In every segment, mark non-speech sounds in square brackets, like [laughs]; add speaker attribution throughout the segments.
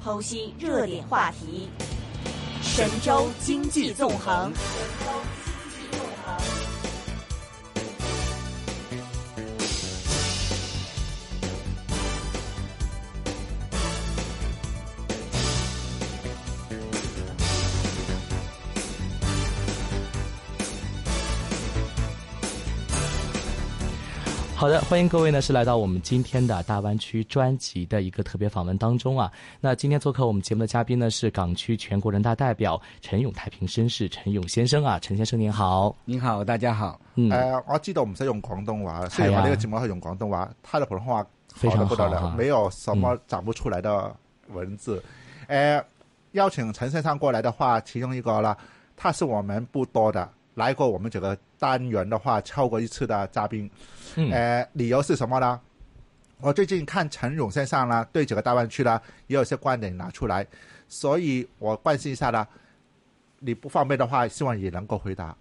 Speaker 1: 剖析热点话题，神州经济纵横。
Speaker 2: 好的，欢迎各位呢是来到我们今天的大湾区专辑的一个特别访问当中啊。那今天做客我们节目的嘉宾呢是港区全国人大代表陈勇太平绅士陈勇先生啊，陈先生您好。
Speaker 3: 您好，大家好。
Speaker 2: 嗯，
Speaker 4: 呃，我知道唔使用廣東話，雖
Speaker 2: 係
Speaker 4: 然
Speaker 2: 啊
Speaker 4: 我呢個節目係用廣東話，他的普通話
Speaker 2: 非常
Speaker 4: 得不得
Speaker 2: 好啊
Speaker 4: 了，沒有什麼長不出來的文字。呃，邀請陳先生過來的話，其中一個啦，他是我們不多的來過我們這個單元的話超過一次的嘉賓。
Speaker 2: 嗯
Speaker 4: 呃，理由是什麼呢？我最近看陳勇先生啦，對整個大灣區啦也有些觀點拿出來，所以我關心一下啦。你不方便的話，希望也能夠回答。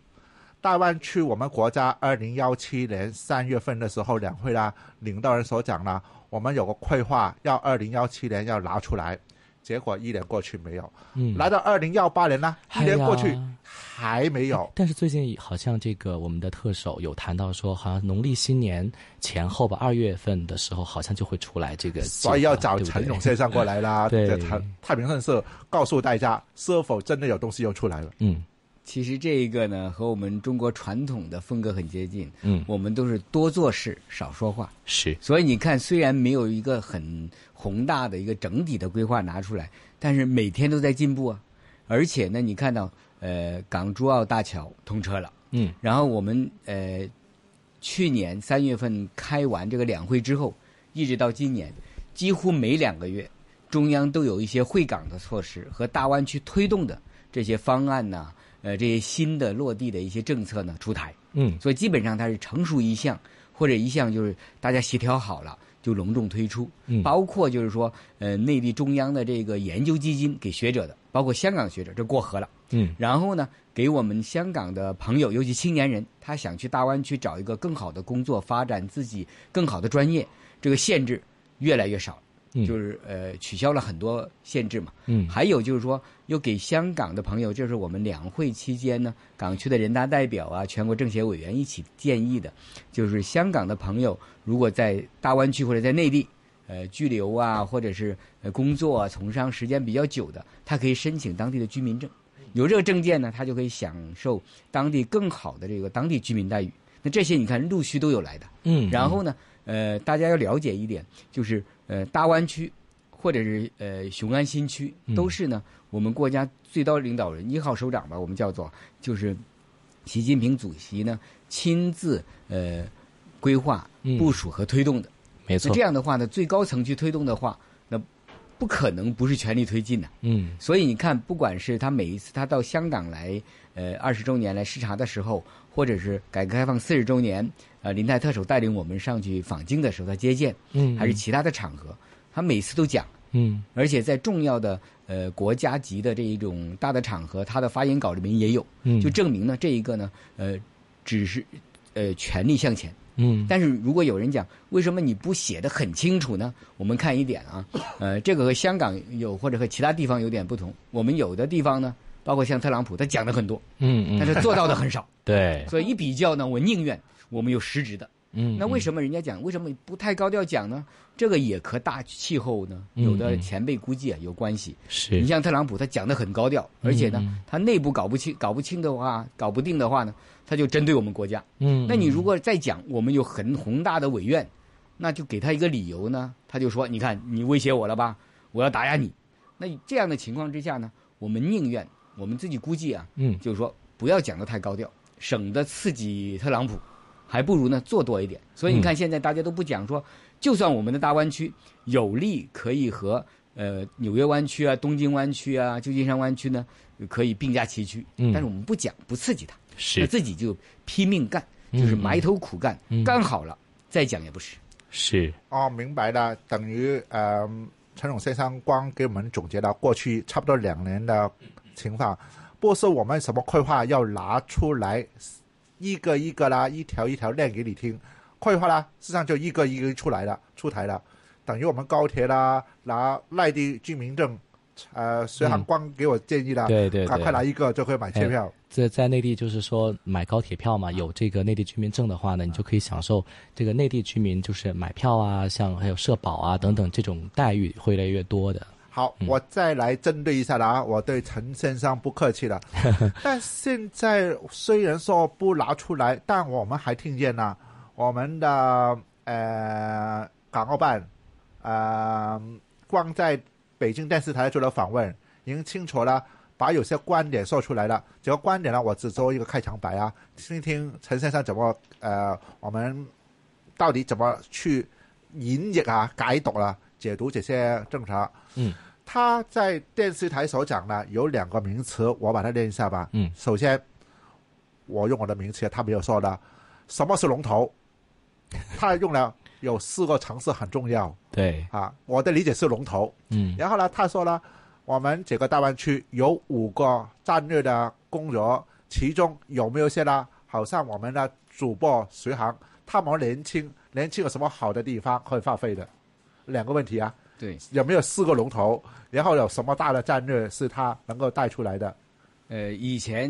Speaker 4: 大湾区我们国家二零幺七年三月份的时候，两会啦，领导人所讲啦，我们有个规划要二零幺七年要拿出来，结果一年过去没有，
Speaker 2: 嗯，
Speaker 4: 来到二零幺八年呢，一年过
Speaker 2: 哎
Speaker 4: 去
Speaker 2: 呀
Speaker 4: 还没有。
Speaker 2: 但是最近好像这个我们的特首有谈到说，好像农历新年前后吧，二月份的时候好像就会出来这个计划，
Speaker 4: 所以要找
Speaker 2: 对啊不对
Speaker 4: 陈勇先生过来
Speaker 2: [laughs]
Speaker 4: 啦，
Speaker 2: 对
Speaker 4: 这太太平盛世告诉大家，是否真的有东西又出来了？
Speaker 2: 嗯
Speaker 3: 其实这一个呢，和我们中国传统的风格很接近。
Speaker 2: 嗯，
Speaker 3: 我们都是多做事，少说话。
Speaker 2: 是
Speaker 3: 所以你看，虽然没有一个很宏大的一个整体的规划拿出来，但是每天都在进步啊。而且呢，你看到呃，港珠澳大桥通车了，
Speaker 2: 嗯，
Speaker 3: 然后我们呃，去年三月份开完这个两会之后，一直到今年，几乎每两个月，中央都有一些惠港的措施和大湾区推动的这些方案呐、呃，这些新的落地的一些政策呢出台。
Speaker 2: 嗯
Speaker 3: 所以基本上它是成熟一项或者一项就是大家协调好了就隆重推出，
Speaker 2: 嗯
Speaker 3: 包括就是说呃内地中央的这个研究基金给学者的，包括香港学者这过河了，
Speaker 2: 嗯
Speaker 3: 然后呢给我们香港的朋友，尤其青年人，他想去大湾区找一个更好的工作，发展自己更好的专业，这个限制越来越少
Speaker 2: 嗯，
Speaker 3: 就是呃取消了很多限制嘛，
Speaker 2: 嗯
Speaker 3: 还有就是说，又给香港的朋友，这是我们两会期间呢，港区的人大代表啊、全国政协委员一起建议的，就是香港的朋友如果在大湾区或者在内地，呃，居留啊，或者是呃工作啊、从商时间比较久的，他可以申请当地的居民证，有这个证件呢，他就可以享受当地更好的这个当地居民待遇。那这些你看，陆续都有来的。
Speaker 2: 嗯，
Speaker 3: 然后呢，呃，大家要了解一点，就是呃，大湾区或者是呃雄安新区，都是呢我们国家最高领导人一号首长吧，我们叫做就是习近平主席呢亲自呃规划
Speaker 2: 嗯、
Speaker 3: 部署和推动的。
Speaker 2: 没错
Speaker 3: 那这，样的话呢，最高层去推动的话，那不可能不是全力推进的。
Speaker 2: 嗯
Speaker 3: 所以你看，不管是他每一次他到香港来，呃，二十周年来视察的时候，或者是改革开放四十周年，呃，林泰特首带领我们上去访京的时候，他接见，
Speaker 2: 嗯，
Speaker 3: 还是其他的场合，他每次都讲，
Speaker 2: 嗯
Speaker 3: 而且在重要的呃国家级的这一种大的场合，他的发言稿里面也有，
Speaker 2: 嗯
Speaker 3: 就证明呢，这一个呢，呃，只是呃全力向前。
Speaker 2: 嗯
Speaker 3: 但是如果有人讲为什么你不写的很清楚呢？我们看一点啊，呃，这个和香港有或者和其他地方有点不同。我们有的地方呢，包括像特朗普，他讲的很多，
Speaker 2: 嗯
Speaker 3: 但
Speaker 2: 嗯，
Speaker 3: 是做到的
Speaker 2: [laughs]
Speaker 3: 很少。
Speaker 2: 对，
Speaker 3: 所以一比较呢，我宁愿我们有实质的。
Speaker 2: 嗯
Speaker 3: 那为
Speaker 2: 么
Speaker 3: 什么人家讲为什么不太高调讲呢？这个也和大气候呢，
Speaker 2: 嗯
Speaker 3: 有的
Speaker 2: 嗯
Speaker 3: 前辈估计啊有关系。
Speaker 2: 是
Speaker 3: 你像特朗普，他讲的很高调，而且呢
Speaker 2: 嗯嗯，
Speaker 3: 他内部搞不清、搞不清的话、搞不定的话呢，他就针对我们国家。
Speaker 2: 嗯，
Speaker 3: 那你如果再讲我们有很宏大的委愿，那就给他一个理由呢，他就说：“你看，你威胁我了吧？我要打压你。”那这样的情况之下呢，我们宁愿我们自己估计啊，
Speaker 2: 嗯
Speaker 3: 就是说不要讲得太高调，省得刺激特朗普，还不如呢做多一点。所以你看，现在大家都不讲说，就算我们的大湾区有利可以和呃纽约湾区啊、东京湾区啊、旧金山湾区呢可以并驾齐驱，
Speaker 2: 嗯
Speaker 3: 但是我们不讲，不刺激它。他
Speaker 2: 是
Speaker 3: 自己就拼命干，
Speaker 2: 嗯
Speaker 3: 就是埋头苦干，
Speaker 2: 嗯
Speaker 3: 干好了再讲也不迟。
Speaker 2: 是
Speaker 4: 哦，明白了，等于呃，陈勇先生光给我们总结了过去差不多两年的情况，不是我们什么规划要拿出来，一个一个啦，一条一条念给你听。规划啦，事实上就一个一个出来了，出台了，等于我们高铁啦，拿内地居民证呃，随行官给我建议
Speaker 3: 啊
Speaker 4: 了，
Speaker 2: 对对
Speaker 4: 赶快来
Speaker 2: 对，
Speaker 4: 一个就会买车票。
Speaker 2: 这在内地就是说买高铁票嘛，有这个内地居民证的话呢，你就可以享受这个内地居民就是买票啊，像还有社保啊等等这种待遇会越来越多的。
Speaker 4: 好，我再来针对一下啦，我对陈先生不客气了。但现在虽然说不拿出来，但我们还听见呢，我们的呃港澳办呃光在北京电视台做了访问，已经清楚了。把有些观点说出来了，这个观点呢，我只做一个开场白啊，听听陈先生怎么呃，我们到底怎么去演绎啊、解读了、解读这些政策。他在电视台所讲呢，有两个名词，我把它念一下吧。
Speaker 2: 嗯
Speaker 4: 首先，我用我的名词，他没有说的，什么是龙头？他用了有四个城市很重要
Speaker 2: 对，
Speaker 4: 啊，我的理解是龙头。
Speaker 2: 嗯
Speaker 4: 然后呢，他说呢，我们整个大湾区有五个战略的公约，其中有没有一些呢？好像我们的主播随行，他们年轻，年轻有什么好的地方可以发挥的？两个问题啊。
Speaker 3: 对，
Speaker 4: 有没有四个龙头，然后有什么大的战略是他能够带出来的？
Speaker 3: 呃，以前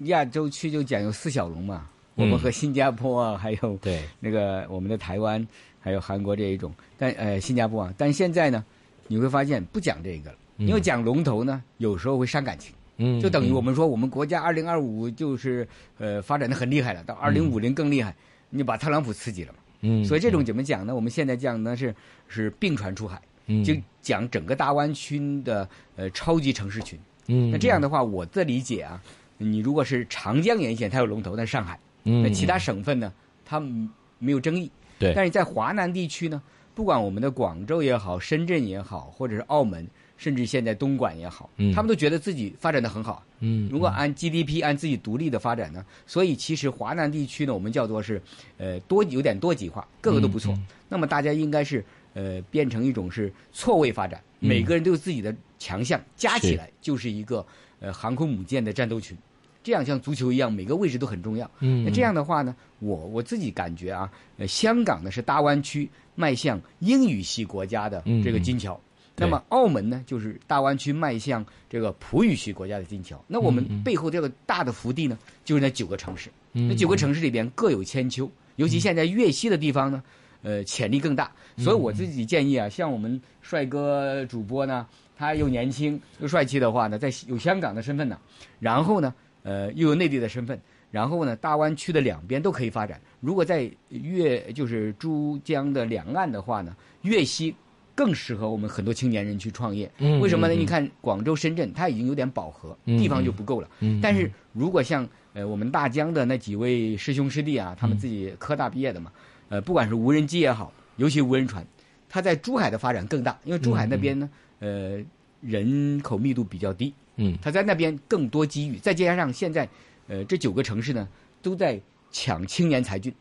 Speaker 3: 亚洲区就讲有四小龙嘛，我
Speaker 2: 嗯
Speaker 3: 们和新加坡啊，还有
Speaker 2: 对，
Speaker 3: 那个我们的台湾，还有韩国这一种，但呃新加坡啊，但现在呢，你会发现不讲这个了，因为讲龙头呢，有时候会伤感情，
Speaker 2: 嗯，
Speaker 3: 就等于
Speaker 2: 嗯
Speaker 3: 我们说我们国家二零二五就是呃发展的很厉害了，到二零五零更厉害，你把特朗普刺激了嘛，
Speaker 2: 嗯，
Speaker 3: 所以这种怎么讲呢？我们现在讲呢是是并船出海，
Speaker 2: 嗯
Speaker 3: 就讲整个大湾区的呃超级城市群。
Speaker 2: 嗯，
Speaker 3: 那这样的话，我的理解啊，你如果是长江沿线，它有龙头，那是上海。
Speaker 2: 嗯，
Speaker 3: 那
Speaker 2: 嗯
Speaker 3: 其他省份呢，它嗯没有争议。
Speaker 2: 对
Speaker 3: 但是在华南地区呢，不管我们的广州也好、深圳也好，或者是澳门，甚至现在东莞也好，
Speaker 2: 嗯
Speaker 3: 他们都觉得自己发展的很好。
Speaker 2: 嗯，
Speaker 3: 如果按 GDP 按自己独立的发展呢，所以其实华南地区呢，我们叫做是呃多有点多极化，各个都不错。
Speaker 2: 嗯
Speaker 3: 那么大家应该是呃变成一种是错位发展，
Speaker 2: 嗯
Speaker 3: 每个人都有自己的强项，加起
Speaker 2: 是
Speaker 3: 来就是一个呃航空母舰的战斗群。这样像足球一样，每个位置都很重要。
Speaker 2: 嗯
Speaker 3: 那这样的话呢，我我自己感觉啊，呃，香港呢是大湾区迈向英语系国家的这个金桥，
Speaker 2: 嗯对
Speaker 3: 那么澳门呢就是大湾区迈向这个葡语系国家的金桥。那我
Speaker 2: 嗯嗯
Speaker 3: 们背后这个大的福地呢，就是那九个城市。
Speaker 2: 那
Speaker 3: 那九个城市里边各有千秋，尤
Speaker 2: 嗯
Speaker 3: 其现在粤西的地方呢，呃，潜力更大。所以
Speaker 2: 嗯
Speaker 3: 我自己建议啊，像我们帅哥主播呢，他又年轻又帅气的话呢，在有香港的身份呢，然后呢，呃，又有内地的身份，然后呢，大湾区的两边都可以发展。如果在粤就是珠江的两岸的话呢，粤西。更适合我们很多青年人去创业，
Speaker 2: 嗯
Speaker 3: 为什么呢？
Speaker 2: 嗯嗯
Speaker 3: 你看广州、深圳，它已经有点饱和，
Speaker 2: 嗯
Speaker 3: 地方
Speaker 2: 嗯
Speaker 3: 就不够了。
Speaker 2: 嗯，
Speaker 3: 但是如果像呃我们大疆的那几位师兄师弟啊，他们自己科大毕业的嘛，
Speaker 2: 嗯
Speaker 3: 呃，不管是无人机也好，尤其无人船，它在珠海的发展更大，因为珠海那边呢，呃，人口密度比较低，
Speaker 2: 嗯
Speaker 3: 它在那边更多机遇，再加上现在，呃，这九个城市呢都在抢青年才俊，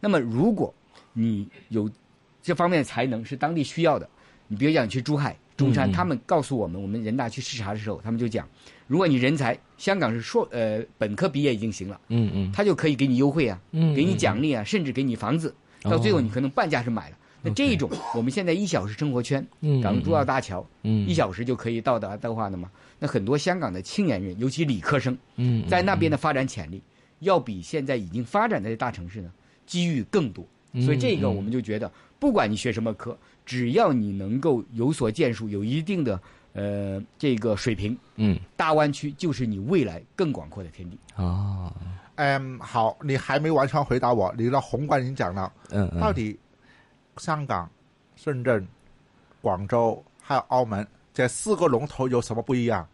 Speaker 3: 那么如果你有这方面的才能是当地需要的，你比如讲你去珠海、中山，
Speaker 2: 嗯嗯
Speaker 3: 他们告诉我们，我们人大去视察的时候，他们就讲，如果你人才，香港是硕呃本科毕业已经行了，
Speaker 2: 嗯嗯
Speaker 3: 他就可以给你优惠啊，
Speaker 2: 嗯，
Speaker 3: 给你奖励啊，甚至给你房子，到最后你可能半价是买了。那这一种，我们现在一小时生活圈，
Speaker 2: 哦嗯
Speaker 3: 港珠澳大桥，
Speaker 2: 嗯
Speaker 3: 一小时就可以到达的话呢嘛，那很多香港的青年人，尤其理科生，
Speaker 2: 嗯
Speaker 3: 在那边的发展潜力，要比现在已经发展的大城市呢，机遇更多。
Speaker 2: 嗯
Speaker 3: 所以这个我们就觉得，不管你学什么科，只要你能够有所建树，有一定的呃这个水平，
Speaker 2: 嗯
Speaker 3: 大湾区就是你未来更广阔的天地。
Speaker 2: 哦
Speaker 4: 嗯，好，你还没完全回答我，你的宏观已经讲了，
Speaker 2: 嗯嗯
Speaker 4: 到底香港、深圳、广州还有澳门这四个龙头有什么不一样？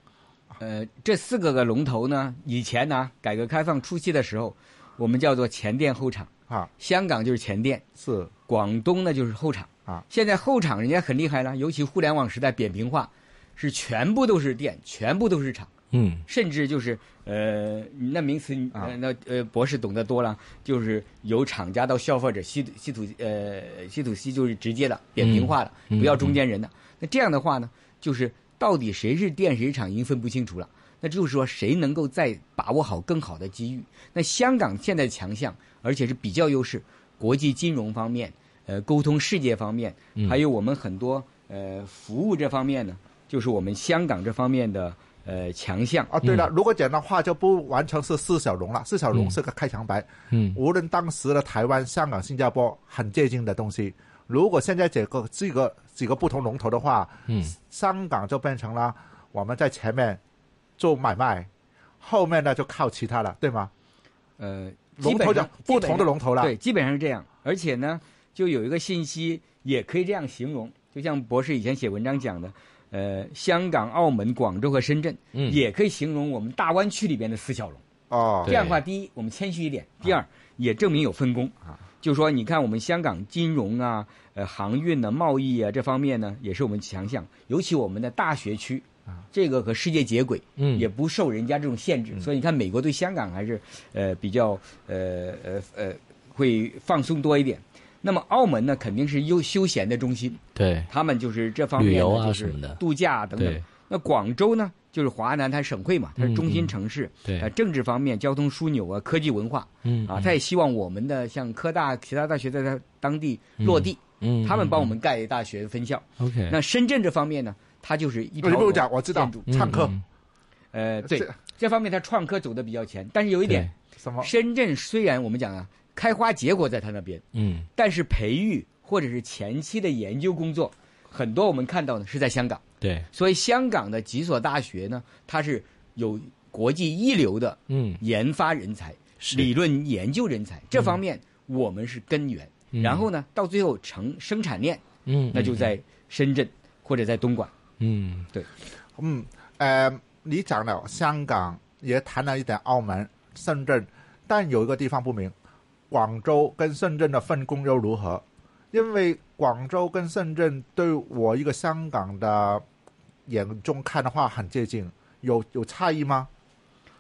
Speaker 2: 啊
Speaker 3: 呃，这四个个龙头呢，以前呢、改革开放初期的时候，我们叫做前店后厂
Speaker 4: 啊，
Speaker 3: 香港就是前店，
Speaker 4: 是
Speaker 3: 广东呢就是后厂
Speaker 4: 啊。
Speaker 3: 现在后厂人家很厉害了，尤其互联网时代扁平化，是全部都是店，全部都是厂，
Speaker 2: 嗯
Speaker 3: 甚至就是呃，那名词你
Speaker 4: 啊
Speaker 3: 呃那呃博士懂得多了，就是由厂家到消费者稀土稀土呃稀土稀就是直接的扁平化了，
Speaker 2: 嗯
Speaker 3: 不要中间人的。那这样的话呢，就是到底谁是店谁是厂已经分不清楚了。那就是说，谁能够再把握好更好的机遇？那香港现在强项，而且是比较优势，国际金融方
Speaker 2: 嗯
Speaker 3: 面，呃，沟通世界方面，还有我们很多呃服务这方面呢，就是我们香港这方面的呃强项。
Speaker 4: 哦，对了，如果讲的话就不完全是释小龙了，释小龙是个开场白。
Speaker 2: 嗯
Speaker 4: 无论当时的台湾、香港、新加坡很接近的东西，如果现在这个这个几个不同龙头的话，
Speaker 2: 嗯
Speaker 4: 香港就变成了我们在前面做买卖，后面呢就靠其他了，对吗？
Speaker 3: 呃，基
Speaker 4: 龙
Speaker 3: 本
Speaker 4: 头就
Speaker 3: 上
Speaker 4: 不同的龙头了。
Speaker 3: 对，基本上是这样。而且呢，就有一个信息也可以这样形容，就像博士以前写文章讲的，呃，香港、澳门、广州和深圳，
Speaker 2: 嗯
Speaker 3: 也可以形容我们大湾区里边的四小龙。
Speaker 4: 哦
Speaker 3: 这，样的话，第一，我们谦虚一点；第二，也证明有分工
Speaker 4: 啊。
Speaker 3: 就说你看，我们香港金融啊、呃航运呢、贸易啊这方面呢，也是我们强项。尤其我们的大学区
Speaker 4: 啊，
Speaker 3: 这个和世界接轨，
Speaker 2: 嗯
Speaker 3: 也不受人家这种限制。所以你看，美国对香港还是呃比较呃呃呃会放松多一点。那么澳门呢，肯定是休休闲的中心，
Speaker 2: 对
Speaker 3: 他们就是这方面呢
Speaker 2: 旅游啊
Speaker 3: 就是
Speaker 2: 什么的
Speaker 3: 度假啊等等
Speaker 2: 对。
Speaker 3: 那广州呢，就是华南它省会嘛，它是中
Speaker 2: 嗯
Speaker 3: 心
Speaker 2: 嗯
Speaker 3: 城市，
Speaker 2: 对
Speaker 3: 呃，政治方面、交通枢纽啊、科技文化
Speaker 2: 嗯
Speaker 3: 啊，他也希望我们的像科大、其他大学在它当地落地，
Speaker 2: 嗯
Speaker 3: 他们帮我们
Speaker 2: 嗯
Speaker 3: 盖大学分校。
Speaker 2: 嗯 OK
Speaker 3: 那深圳这方面呢，它就是一
Speaker 4: 哦你
Speaker 3: 条
Speaker 4: 不用
Speaker 3: 龙
Speaker 4: 讲，我知道
Speaker 3: 建筑，
Speaker 4: 唱歌
Speaker 2: 嗯
Speaker 3: 呃，对
Speaker 4: 这，
Speaker 3: 这方面它创科走的比较前，但是有一点，
Speaker 4: 什么？
Speaker 3: 深圳虽然我们讲啊，开花结果在它那边，
Speaker 2: 嗯
Speaker 3: 但是培育或者是前期的研究工作，很多我们看到呢是在香港。
Speaker 2: 对
Speaker 3: 所以香港的几所大学呢，它是有国际一流的
Speaker 2: 嗯
Speaker 3: 研发人才、
Speaker 2: 是
Speaker 3: 理论研究人才这方面，我们是根源。
Speaker 2: 嗯
Speaker 3: 然后呢，到最后成生产链，
Speaker 2: 嗯
Speaker 3: 那就在深圳或者在东莞。
Speaker 2: 嗯
Speaker 4: 嗯，呃，你讲了香港，也谈了一点澳门、深圳，但有一个地方不明，广州跟深圳的分工又如何？因为广州跟深圳对我一个香港的眼中看的话很接近，有有差异吗？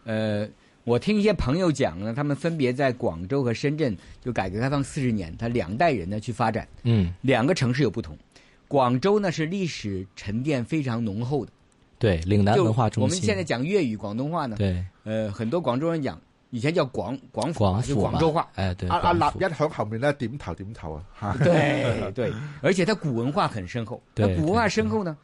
Speaker 3: 呃，我听一些朋友讲呢，他们分别在广州和深圳，就改革开放四十年，他两代人呢去发展，
Speaker 2: 嗯
Speaker 3: 两个城市有不同。广州呢是历史沉淀非常浓厚的，
Speaker 2: 对岭南
Speaker 3: 就
Speaker 2: 文化中心
Speaker 3: 我们现在讲粤语、广东话呢，
Speaker 2: 对
Speaker 3: 呃，很多广州人讲，以前叫广广府，
Speaker 2: 广
Speaker 3: 就
Speaker 2: 府
Speaker 3: 广
Speaker 2: 嘛 [laughs]
Speaker 3: 州话。啊
Speaker 2: 哎对
Speaker 4: 阿阿
Speaker 2: 广府
Speaker 4: 立一响后面咧點頭點頭啊，嚇！
Speaker 3: 对对，而且它古文化很深厚。
Speaker 2: 对
Speaker 3: 那古文化深厚呢，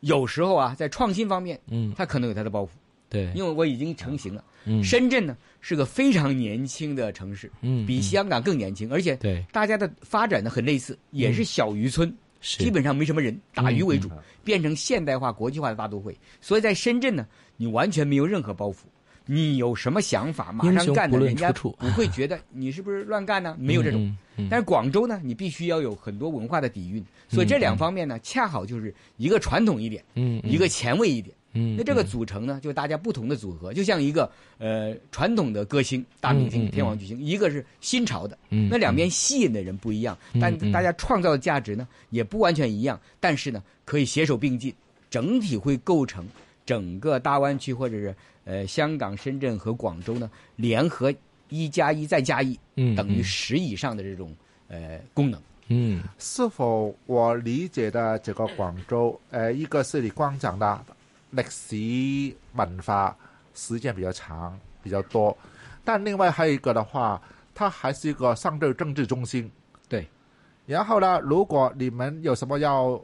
Speaker 3: 有时候啊，在创新方面，
Speaker 2: 嗯
Speaker 3: 它可能有它的包袱，
Speaker 2: 对
Speaker 3: 因为我已经成型了。
Speaker 2: 嗯
Speaker 3: 深圳呢是个非常年轻的城市，
Speaker 2: 嗯
Speaker 3: 比
Speaker 2: 嗯
Speaker 3: 香港更年轻，而且
Speaker 2: 对
Speaker 3: 大家的发展呢很类似，也是小渔村，
Speaker 2: 嗯是
Speaker 3: 基本上没什么人，打鱼为主
Speaker 4: 嗯，
Speaker 3: 变成现代化、国际化的大都会。所以在深圳呢，你完全没有任何包袱。你有什么想法，马
Speaker 2: 英
Speaker 3: 上
Speaker 2: 雄
Speaker 3: 干
Speaker 2: 不
Speaker 3: 的，
Speaker 2: 论
Speaker 3: 人家
Speaker 2: 出处
Speaker 3: 不会觉得你是不是
Speaker 2: [laughs]
Speaker 3: 乱干呢？没有这种。
Speaker 2: 嗯嗯
Speaker 3: 但是广州呢，你必须要有很多文化的底蕴，所以这两方面呢，恰好就是一个传统一点，
Speaker 2: 嗯嗯
Speaker 3: 一个前卫一点。
Speaker 2: 嗯
Speaker 3: 那这个
Speaker 2: 嗯
Speaker 3: 组成呢，就大家不同的组合，就像一个呃传统的歌星大明
Speaker 2: 嗯嗯
Speaker 3: 星、
Speaker 2: 嗯
Speaker 3: 天王巨星，一个是新潮的，
Speaker 2: 嗯
Speaker 3: 那两边吸引的人不一样，但
Speaker 2: 嗯嗯
Speaker 3: 大家创造的价值呢也不完全一样，但是呢可以携手并进，整体会构成整个大湾区或者是呃香港、深圳和广州呢联合一加一再加一，
Speaker 2: 嗯
Speaker 3: 等于
Speaker 2: 嗯
Speaker 3: 十以上的这种呃功能。
Speaker 2: 嗯
Speaker 4: 是否我理解的这个广州，呃，一个是你光讲的历史文化时间比较长比较多，但另外还有一个的话，它还是一个相对政治中心。
Speaker 3: 对。
Speaker 4: 然后呢，如果你们有什么要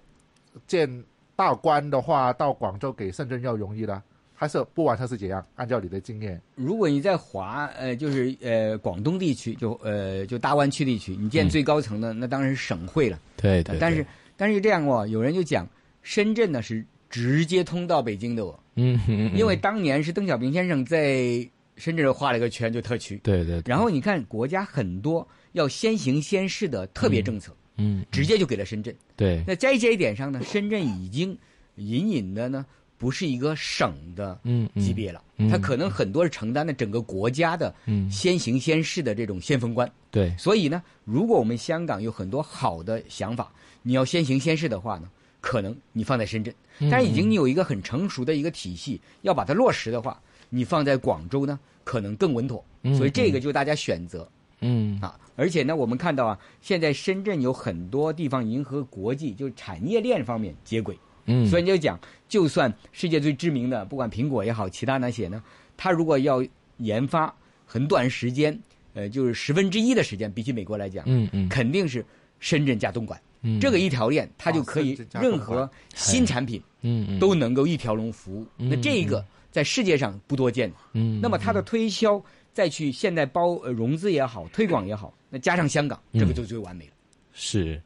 Speaker 4: 见大官的话，到广州给深圳要容易呢？还是不完全是怎样？按照你的经验，
Speaker 3: 如果你在华呃，就是呃广东地区，就呃就大湾区地区，你见最高层的、那当然是省会了。
Speaker 2: 对嗯对，
Speaker 3: 但
Speaker 2: 对
Speaker 3: 是但是这样哦，有人就讲深圳呢是直接通到北京的哦，
Speaker 2: 嗯嗯嗯
Speaker 3: 因为当年是邓小平先生在深圳画了一个圈就特区。
Speaker 2: 对对，对
Speaker 3: 然后你看国家很多要先行先试的特别政策，
Speaker 2: 嗯
Speaker 3: 直接就给了深圳。
Speaker 2: 对
Speaker 3: 那在这一点上呢，深圳已经隐隐的呢不是一个省的
Speaker 2: 嗯嗯
Speaker 3: 级别了，
Speaker 2: 嗯
Speaker 3: 它可能很多是承担了整个国家的
Speaker 2: 嗯
Speaker 3: 先行先试的这种先锋官。
Speaker 2: 对
Speaker 3: 所以呢，如果我们香港有很多好的想法，你要先行先试的话呢，可能你放在深圳，
Speaker 2: 嗯
Speaker 3: 但是已经你有一个很成熟的一个体系，要把它落实的话，你放在广州呢，可能更稳妥
Speaker 2: 嗯。
Speaker 3: 所以这个就大家选择
Speaker 2: 嗯
Speaker 3: 啊。而且呢，我们看到啊，现在深圳有很多地方已经和国际就产业链方面接轨。
Speaker 2: 嗯，
Speaker 3: 所以
Speaker 2: 以
Speaker 3: 你就讲，就算世界最知名的，不管苹果也好，其他哪些呢，它如果要研发很短时间，呃，就是十分之一的时间，比起美国来讲，
Speaker 2: 嗯嗯
Speaker 3: 肯定是深圳加东莞、
Speaker 2: 嗯
Speaker 3: 这个一条链，它就可
Speaker 4: 哦
Speaker 3: 以
Speaker 4: 深圳加东莞
Speaker 3: 任何新产品，
Speaker 2: 嗯嗯，
Speaker 3: 都能够一条龙服务。
Speaker 2: 嗯
Speaker 3: 那这一个在世界上不多见。
Speaker 2: 嗯，
Speaker 3: 那么它的推销再去现在包呃融资也好，推广也好，那加上香港，
Speaker 2: 嗯
Speaker 3: 这个就最完美了。
Speaker 2: 是，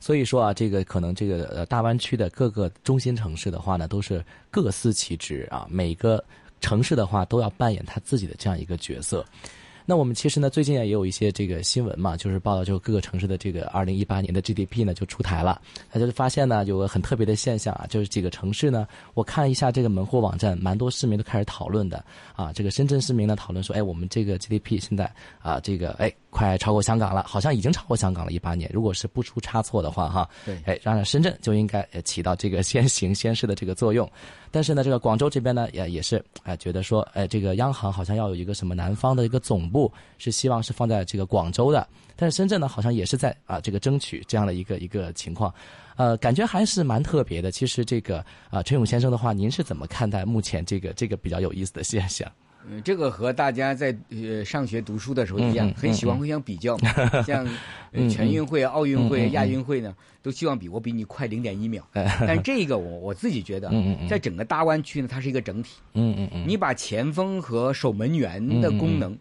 Speaker 2: 所以说啊，这个可能这个呃大湾区的各个中心城市的话呢，都是各司其职啊，每个城市的话都要扮演他自己的这样一个角色。那我们其实呢，最近啊也有一些这个新闻嘛，就是报道就各个城市的这个二零一八年的 GDP 呢就出台了，他就是发现呢有个很特别的现象啊，就是几个城市呢，我看一下这个门户网站，蛮多市民都开始讨论的啊，这个深圳市民呢讨论说，哎，我们这个 GDP 现在啊这个哎快超过香港了，好像已经超过香港了，一八年，如果是不出差错的话哈，
Speaker 3: 对
Speaker 2: 哎，当然深圳就应该呃起到这个先行先试的这个作用，但是呢，这个广州这边呢，也也是哎，觉得说，哎，这个央行好像要有一个什么南方的一个总部，是希望是放在这个广州的。但是深圳呢，好像也是在啊这个争取这样的一个一个情况，呃，感觉还是蛮特别的。其实这个啊、陈勇先生的话，您是怎么看待目前这个这个比较有意思的现象？
Speaker 3: 嗯，这个和大家在呃上学读书的时候一
Speaker 2: 嗯
Speaker 3: 样，
Speaker 2: 嗯
Speaker 3: 很喜欢互相比较嘛，
Speaker 2: [laughs]
Speaker 3: 像呃全运会、奥运
Speaker 2: 嗯
Speaker 3: 会、亚运会呢，都希望比我比你快零点
Speaker 2: [laughs]
Speaker 3: 一秒。但这个我我自己觉得啊
Speaker 2: 嗯嗯嗯，
Speaker 3: 在整个大湾区呢，它是一个整体，
Speaker 2: 嗯嗯嗯，
Speaker 3: 你把前锋和守门员的功能，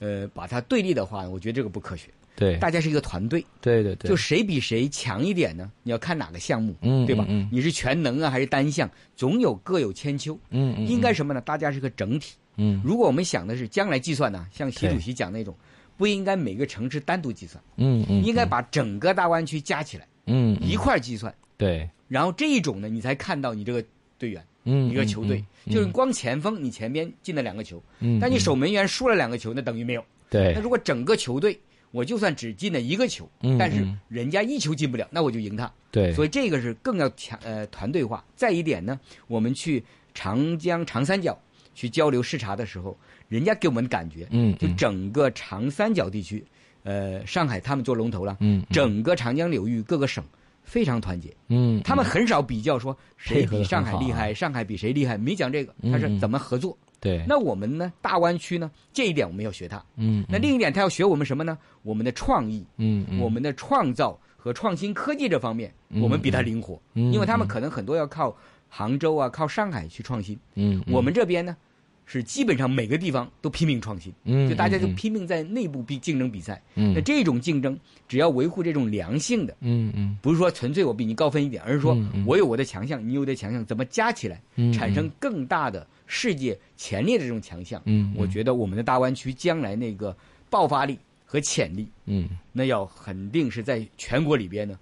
Speaker 3: 呃，把它对立的话，我觉得这个不科学。
Speaker 2: 对
Speaker 3: 大家是一个团队，
Speaker 2: 对对对，
Speaker 3: 就谁比谁强一点呢？你要看哪个项目，
Speaker 2: 嗯
Speaker 3: 对吧
Speaker 2: 嗯嗯？
Speaker 3: 你是全能啊，还是单项？总有各有千秋。
Speaker 2: 嗯嗯
Speaker 3: 应该什么呢？大家是个整体。
Speaker 2: 嗯
Speaker 3: 如果我们想的是将来计算呢，像习
Speaker 2: 对
Speaker 3: 主席讲那种，不应该每个城市单独计算，
Speaker 2: 嗯嗯，
Speaker 3: 应该把整个大湾区加起来
Speaker 2: 嗯
Speaker 3: 一块儿计算，
Speaker 2: 对
Speaker 3: 然后这一种呢，你才看到你这个队员。
Speaker 2: 嗯
Speaker 3: 一个球队，就是光前锋，你前边进了两个球，
Speaker 2: 嗯，
Speaker 3: 但你守门员输了两个球，那等于没有。
Speaker 2: 对
Speaker 3: 那如果整个球队，我就算只进了一个球
Speaker 2: 嗯，
Speaker 3: 但是
Speaker 2: 嗯
Speaker 3: 人家一球进不了，那我就赢他。
Speaker 2: 对，
Speaker 3: 所以这个是更要强呃团队化。再一点呢，我们去长江长三角去交流视察的时候，人家给我们的感觉，
Speaker 2: 嗯
Speaker 3: 就整个长三角地区，呃，上海他们做龙头了，
Speaker 2: 嗯
Speaker 3: 整个长江流域各个省非常团结，
Speaker 2: 嗯
Speaker 3: 他们很少比较说谁
Speaker 2: 配合得
Speaker 3: 比
Speaker 2: 很
Speaker 3: 上海厉
Speaker 2: 好啊
Speaker 3: 害，上海比谁厉害，没讲这个，
Speaker 2: 嗯
Speaker 3: 他是
Speaker 2: 嗯
Speaker 3: 怎么合作。
Speaker 2: 对
Speaker 3: 那我们呢，大湾区呢，这一点我们要学他。
Speaker 2: 嗯
Speaker 3: 那另一点，他要学我们什么呢？我们的创意，
Speaker 2: 嗯嗯
Speaker 3: 我们的创造和创新科技这方面，
Speaker 2: 嗯
Speaker 3: 我们比他灵活，
Speaker 2: 嗯
Speaker 3: 因为他们可能很多要靠杭州啊、靠上海去创新。
Speaker 2: 嗯
Speaker 3: 我们这边呢，是基本上每个地方都拼命创新，
Speaker 2: 嗯
Speaker 3: 就大家就
Speaker 2: 嗯嗯
Speaker 3: 拼命在内部比竞争比赛。
Speaker 2: 嗯
Speaker 3: 那这种竞争，只要维护这种良性的，
Speaker 2: 嗯嗯
Speaker 3: 不是说纯粹我比你高分一点，而是说
Speaker 2: 嗯嗯
Speaker 3: 我有我的强项，你有你的强项，怎么加起来
Speaker 2: 嗯
Speaker 3: 产生更大的世界前列的这种强项？
Speaker 2: 嗯嗯
Speaker 3: 我觉得我们的大湾区将来那个爆发力和潜力，
Speaker 2: 嗯
Speaker 3: 那要肯定是在全国里边呢，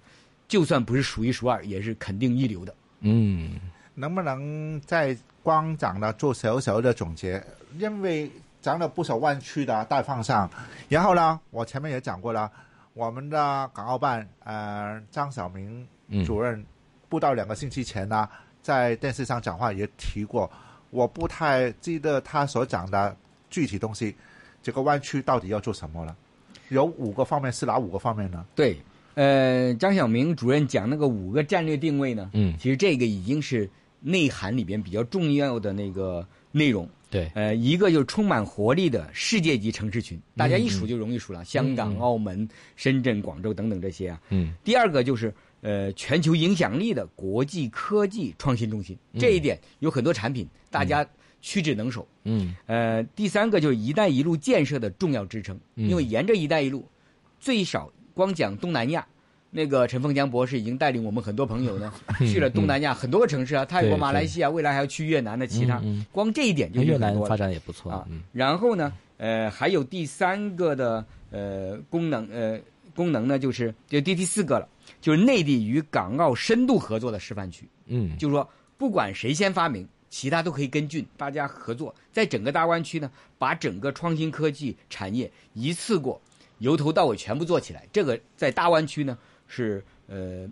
Speaker 3: 就算不是数一数二，也是肯定一流的。
Speaker 2: 嗯
Speaker 4: 能不能再光讲了做小小的总结？因为讲了不少湾区的大方向，然后呢，我前面也讲过了，我们的港澳办呃张晓明
Speaker 2: 嗯
Speaker 4: 主任不到两个星期前呢，在电视上讲话也提过，我不太记得他所讲的具体东西，这个湾区到底要做什么了？有五个方面是哪五个方面呢？
Speaker 3: 对，呃，张晓明主任讲那个五个战略定位呢，
Speaker 2: 嗯
Speaker 3: 其实这个已经是内涵里边比较重要的那个内容。
Speaker 2: 对
Speaker 3: 呃，一个就是充满活力的世界级城市群，大家一数就容易数了，香港、澳门、深圳、广州等等这些啊。
Speaker 2: 嗯
Speaker 3: 第二个就是呃，全球影响力的国际科技创新中心，这一点有很多产品，大家屈指能手。
Speaker 2: 嗯
Speaker 3: 呃，第三个就是“一带一路”建设的重要支撑，
Speaker 2: 嗯
Speaker 3: 因为沿着“一带一路”，最少光讲东南亚，那个陈凤江博士已经带领我们很多朋
Speaker 2: [laughs]
Speaker 3: 友呢去了东南亚很多个城市啊，泰
Speaker 2: 对
Speaker 3: 国、
Speaker 2: 嗯对
Speaker 3: 马来西亚，未来还要去越南的其他
Speaker 2: 嗯嗯，
Speaker 3: 光这一点就
Speaker 2: 越
Speaker 3: 很
Speaker 2: 南
Speaker 3: 多了
Speaker 2: 发展也不错
Speaker 3: 啊
Speaker 2: 嗯。
Speaker 3: 然后呢，呃，还有第三个的呃功能呃功能呢，就是就第第四个了，就是内地与港澳深度合作的示范区。
Speaker 2: 嗯
Speaker 3: 就是说不管谁先发明，其他都可以跟进，大家合作，在整个大湾区呢，把整个创新科技产业一次过由头到尾全部做起来，这个在大湾区呢是呃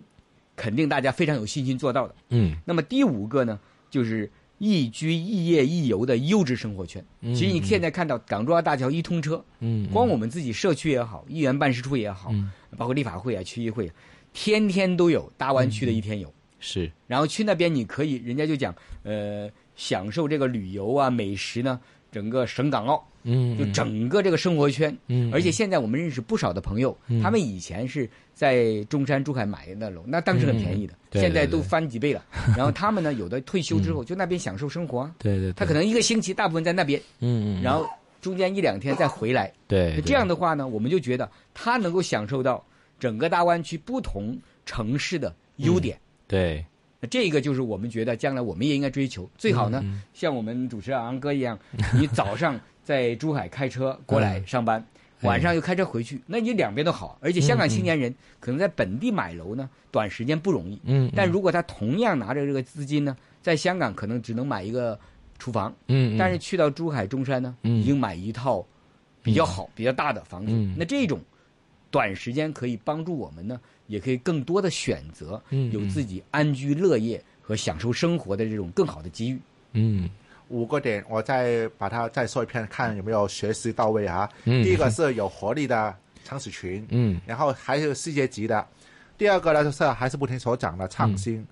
Speaker 3: 肯定大家非常有信心做到的。
Speaker 2: 嗯
Speaker 3: 那么第五个呢，就是宜居、宜业、宜游的优质生活圈。
Speaker 2: 嗯
Speaker 3: 其实你现在看到港珠澳大桥一通车，
Speaker 2: 嗯
Speaker 3: 光我们自己社区也好，议员办事处也好，
Speaker 2: 嗯
Speaker 3: 包括立法会啊、区议会啊，天天都有大湾
Speaker 2: 嗯
Speaker 3: 区的一天游。
Speaker 2: 是
Speaker 3: 然后去那边你可以，人家就讲，呃，享受这个旅游啊、美食呢，这整个省港澳，
Speaker 2: 嗯，
Speaker 3: 就整个这个生活圈。
Speaker 2: 嗯，嗯，
Speaker 3: 而且现在我们认识不少的朋友，
Speaker 2: 嗯
Speaker 3: 他们以前是在中山、珠海买的那楼，那当时很便宜的，
Speaker 2: 嗯对
Speaker 3: 现在
Speaker 2: 对对
Speaker 3: 都翻
Speaker 2: [laughs]
Speaker 3: 几倍了。然后他们呢，有的退休之后就那边享受生活啊，
Speaker 2: 对对，
Speaker 3: 他
Speaker 2: 对
Speaker 3: 可能一个星期大部分在那边，
Speaker 2: 嗯嗯嗯，
Speaker 3: 然
Speaker 2: 后
Speaker 3: 后中间一两天再回来。
Speaker 2: 对
Speaker 3: 那这样的话呢，我们就觉得他能够享受到整个大湾区不同城市的优点。
Speaker 2: 对
Speaker 3: 那这个就是我们觉得将来我们也应该追求。最好
Speaker 2: 嗯
Speaker 3: 呢，像我们主持人昂哥一样，你早上在珠海开车过来上班，
Speaker 2: 哎嗯
Speaker 3: 晚上又开车回去，那你两边都好。而且香港青年人可能在本地买楼呢，短时间不容易，
Speaker 2: 嗯，
Speaker 3: 但
Speaker 2: 嗯
Speaker 3: 如果他同样拿着这个资金呢，在香港可能只能买一个厨房，
Speaker 2: 嗯，嗯
Speaker 3: 但是去到珠海中山呢，
Speaker 2: 嗯
Speaker 3: 已经买一套比较好、比较大的房子。
Speaker 2: 嗯
Speaker 3: 那这种短时间可以帮助我们呢，也可以更多的选择，
Speaker 2: 嗯
Speaker 3: 有自己安居乐业和享受生活的这种更好的机遇。
Speaker 2: 嗯
Speaker 4: 五个点，我再把它再说一遍，看有没有学习到位啊。
Speaker 2: 嗯
Speaker 4: 第一个是有活力的常识群，
Speaker 2: 嗯
Speaker 4: 然后还有世界级的。第二个呢，就是还是不停所讲的创
Speaker 2: 嗯
Speaker 4: 新，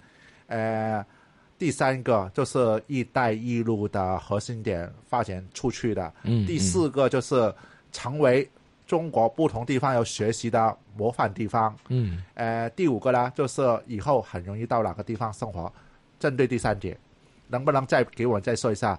Speaker 4: 呃，第三个就是“一带一路”的核心点发展出去的。
Speaker 2: 嗯
Speaker 4: 第四个就是成为中国不同地方要学习的模范地方。
Speaker 2: 嗯
Speaker 4: 呃，第五个呢，就是以后很容易到哪个地方生活。针对第三点，能不能再给我再说一下，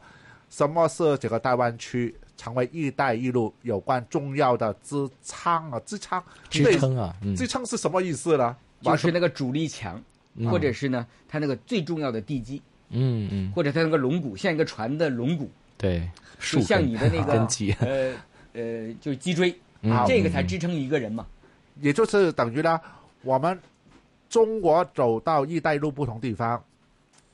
Speaker 4: 什么是这个大湾区成为“一带一路”有关重要的支撑啊？支撑，
Speaker 2: 支
Speaker 4: 对
Speaker 2: 撑啊，嗯
Speaker 4: 支撑是什么意思呢？
Speaker 3: 就是那个主力墙，或者是呢，它那个最重要的地基，
Speaker 2: 嗯嗯
Speaker 3: 或者它那个龙骨，像一个船的龙骨，
Speaker 2: 对，
Speaker 3: 就
Speaker 2: 树
Speaker 3: 像
Speaker 2: 根
Speaker 3: 你的那
Speaker 2: [laughs]
Speaker 3: 个
Speaker 2: 根基，
Speaker 3: 呃呃，就是脊椎，
Speaker 2: 嗯
Speaker 3: 这个才支撑一个人嘛。
Speaker 4: 也就是等于呢，我们中国走到“一带一路”不同地方，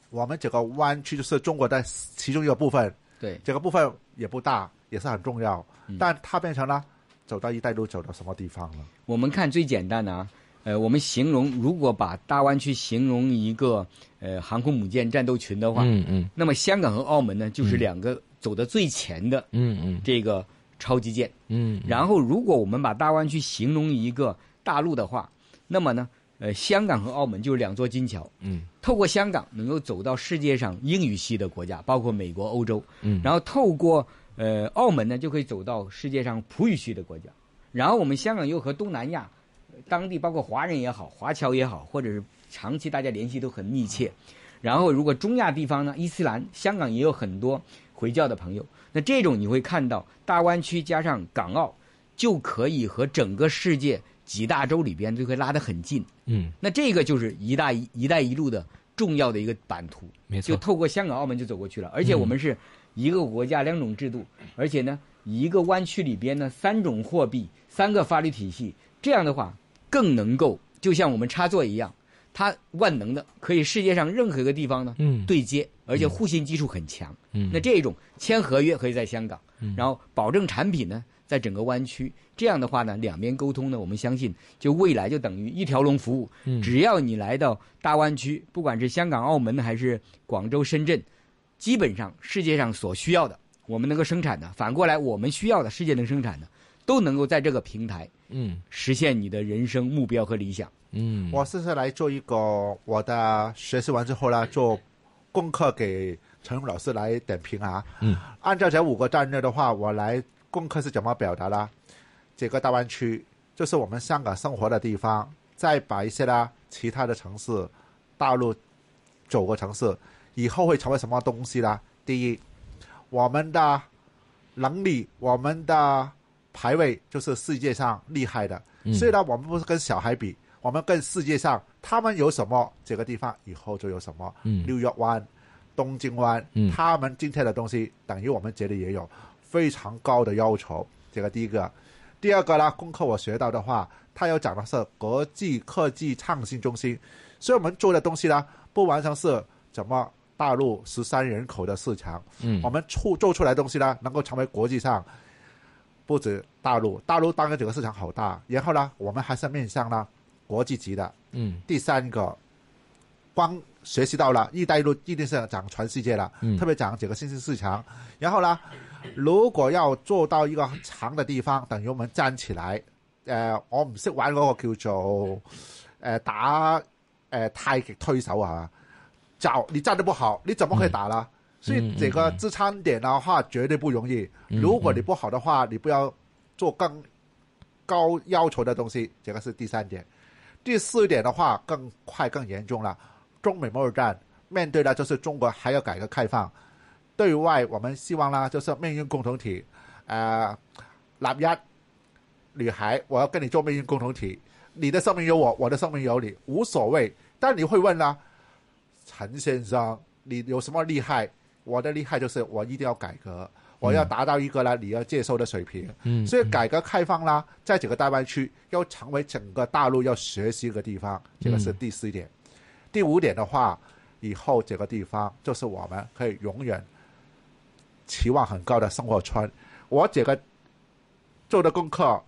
Speaker 4: 我们整个湾区就是中国的其中一个部分，
Speaker 3: 对，
Speaker 4: 这个部分也不大，也是很重要
Speaker 3: 嗯，
Speaker 4: 但它变成了走到“一带一路”走到什么地方了？
Speaker 3: 我们看最简单的啊，呃，我们形容如果把大湾区形容一个呃航空母舰战斗群的话，
Speaker 2: 嗯嗯
Speaker 3: 那么香港和澳门呢，就是两个走得最前的
Speaker 2: 嗯嗯
Speaker 3: 这个超级舰。
Speaker 2: 嗯，
Speaker 3: 然后，如果我们把大湾区形容一个大陆的话，那么呢，呃，香港和澳门就是两座金桥。
Speaker 2: 嗯
Speaker 3: 透过香港能够走到世界上英语系的国家，包括美国、欧洲，
Speaker 2: 嗯
Speaker 3: 然后透过呃澳门呢，就可以走到世界上葡语系的国家。然后我们香港又和东南亚呃当地包括华人也好、华侨也好，或者是长期大家联系都很密切。然后如果中亚地方呢，伊斯兰，香港也有很多回教的朋友。那这种你会看到大湾区加上港澳，就可以和整个世界几大洲里边就可以拉得很近。
Speaker 2: 嗯，
Speaker 3: 那这个就是一带一“一带一路”的重要的一个版图，
Speaker 2: 没
Speaker 3: 就
Speaker 2: 错，
Speaker 3: 透过香港、澳门就走过去了。而且
Speaker 2: 嗯
Speaker 3: 我们是一个国家两种制度，而且呢，一个湾区里边呢三种货币、三个法律体系，这样的话更能够就像我们插座一样，它万能的可以世界上任何一个地方呢
Speaker 2: 嗯
Speaker 3: 对接，而且互信基础很强。
Speaker 2: 嗯
Speaker 3: 那这种签合约可以在香港，然后保证产品呢在整个湾区，这样的话呢，两边沟通呢，我们相信就未来就等于一条龙服务。
Speaker 2: 嗯
Speaker 3: 只要你来到大湾区，不管是香港、澳门还是广州、深圳，基本上世界上所需要的，我们能够生产的，反过来我们需要的，世界能生产的，都能够在这个平台
Speaker 2: 嗯
Speaker 3: 实现你的人生目标和理想。
Speaker 2: 嗯
Speaker 4: 我这次来做一个我的学习完之后呢，做功课给陈勇老师来点评啊。
Speaker 2: 嗯，
Speaker 4: 按照这五个战略的话，我来功课是怎么表达啦？这个大湾区就是我们香港生活的地方，再把一些呢其他的城市、大陆九个城市以后会成为什么东西呢？第一，我们的能力，我们的排位就是世界上厉害的。
Speaker 2: 嗯
Speaker 4: 虽然我们不是跟小孩比，我们跟世界上他们有什么，这个地方以后就有什么。
Speaker 2: 嗯
Speaker 4: 纽约湾、东京湾，
Speaker 2: 嗯
Speaker 4: 他们今天的东西等于我们这里也有非常高的要求。这个第一个，第二个呢，功课我学到的话，他要讲的是国际科技创新中心，所以我们做的东西呢，不完全是怎么大陆十三人口的市场，
Speaker 2: 嗯
Speaker 4: 我们出做出来的东西呢，能够成为国际上不止大陆，大陆当然整个市场好大，然后呢，我们还是面向呢国际级的，
Speaker 2: 嗯
Speaker 4: 第三个，光学习到了“一带一路”一定是讲全世界了，
Speaker 2: 嗯
Speaker 4: 特别讲几个新兴市场。然后呢，如果要做到一个长的地方，等于我们站起来。呃，我唔識玩嗰個叫做呃
Speaker 2: 嗯
Speaker 4: 打呃太極推手啊，就你站得不好，你怎麼可以打啦？所以这个支撑点的话绝对不容易。如果你不好的话，你不要做更高要求的东西，这个是第三点。第四点的话，更快更严重了。中美贸易战面对的就是中国还要改革开放，对外我们希望啦，就是命运共同体，呃，男一女孩，我要跟你做命运共同体，你的生命有我，我的生命有你，无所谓。但你会问啦，陈先生，你有什么厉害？我的厉害就是我一定要改革，我要达到一个呢你要接受的水平。
Speaker 2: 嗯
Speaker 4: 所以改革开放啦，在整个大湾区要成为整个大陆要学习的地方，这个是第四点。第五点的话，以后这个地方就是我们可以永远期望很高的生活圈。我这个做的功课，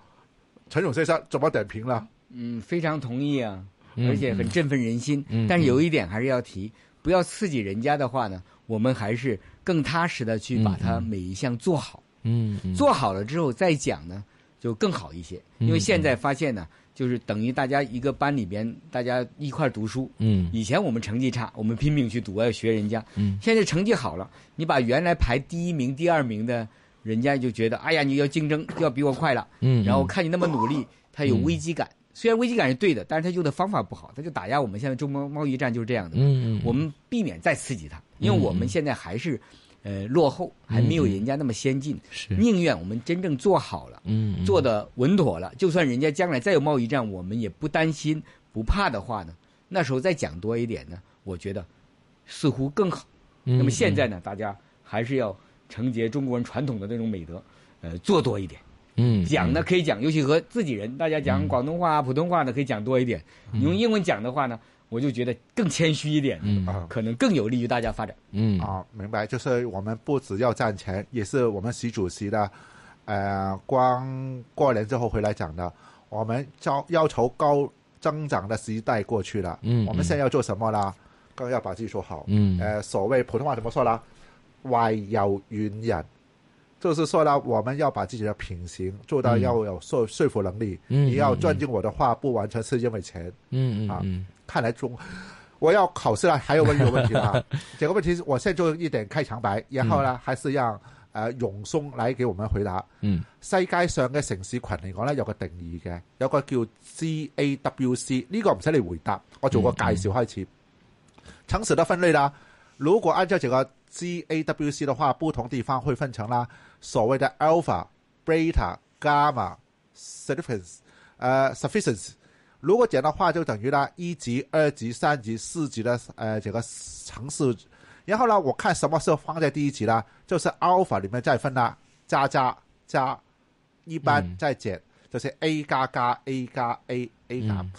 Speaker 4: 陈勇先生怎么点评了？
Speaker 3: 嗯，非常同意啊，
Speaker 2: 嗯
Speaker 3: 而且很振奋人心。
Speaker 2: 嗯
Speaker 3: 但是有一点还是要提，不要刺激人家的话呢，我们还是更踏实的去把它每一项做好。
Speaker 2: 嗯嗯
Speaker 3: 做好了之后再讲呢，就更好一些。因为现在发现呢，
Speaker 2: 嗯
Speaker 3: 就是等于大家一个班里边大家一块儿读书。
Speaker 2: 嗯
Speaker 3: 以前我们成绩差，我们拼命去读啊，要学人家。
Speaker 2: 嗯
Speaker 3: 现在成绩好了，你把原来排第一名、第二名的人家就觉得，哎呀，你要竞争，要比我快了。
Speaker 2: 嗯，
Speaker 3: 然后看你那么努力，他有危机感。虽然危机感是对的，但是他用的方法不好，他就打压我们。现在中国贸易战就是这样的，
Speaker 2: 嗯嗯嗯
Speaker 3: 我们避免再刺激他，因为我们现在还是呃落后，还没有人家那么先进。
Speaker 2: 是
Speaker 3: 宁愿我们真正做好了，
Speaker 2: 嗯嗯
Speaker 3: 做的稳妥了，就算人家将来再有贸易战，我们也不担心、不怕的话呢，那时候再讲多一点呢，我觉得似乎更好。
Speaker 2: 嗯
Speaker 3: 那么现在呢，大家还是要承接中国人传统的那种美德，呃，做多一点。
Speaker 2: 嗯嗯
Speaker 3: 讲呢可以讲，尤其和自己人，大家讲广东话啊、普通话呢可以讲多一点。你用英文讲的话呢，我就觉得更谦虚一点，
Speaker 2: 嗯
Speaker 4: 啊
Speaker 3: 可能更有利于大家发展。
Speaker 2: 嗯
Speaker 4: 啊，明白，就是我们不只要赚钱，也是我们习主席的，呃，光过年之后回来讲的，我们要要求高增长的时代过去了，
Speaker 2: 嗯
Speaker 4: 我们现在要做什么啦？更要把自己做好。
Speaker 2: 嗯
Speaker 4: 呃，所谓普通话怎么说啦？外有云人，就是说呢，我们要把自己的品行做到
Speaker 2: 嗯
Speaker 4: 要有说说服能力。
Speaker 2: 嗯
Speaker 4: 你要
Speaker 2: 嗯
Speaker 4: 赚进我的话，不完全是因为钱。
Speaker 2: 嗯嗯
Speaker 4: 看来中，我要考试了，还有问有问题吗？这个问题是我现在就一点开场白，然后呢，还是让呃容松来给我们回答。
Speaker 2: 嗯
Speaker 3: 啊
Speaker 4: 世界上嘅城市群嚟講咧，有個定義嘅，有個叫 GAWC，呢個唔使你回答，我做個介紹開始。城市的分類啦，如果按照這個 GAWC 的話，不同地方會分成啦，所謂的 alpha、beta、gamma、significance、呃 sufficiency。如果講的話，就等於啦一級、二級、三級、四級的呃這個城市。然後呢，我看什麼是放在第一級啦，就是 alpha 裡面再分啦，加加加。一般
Speaker 2: 嗯
Speaker 4: 再減，就是 A 加加 A 加 A A 減，
Speaker 2: 嗯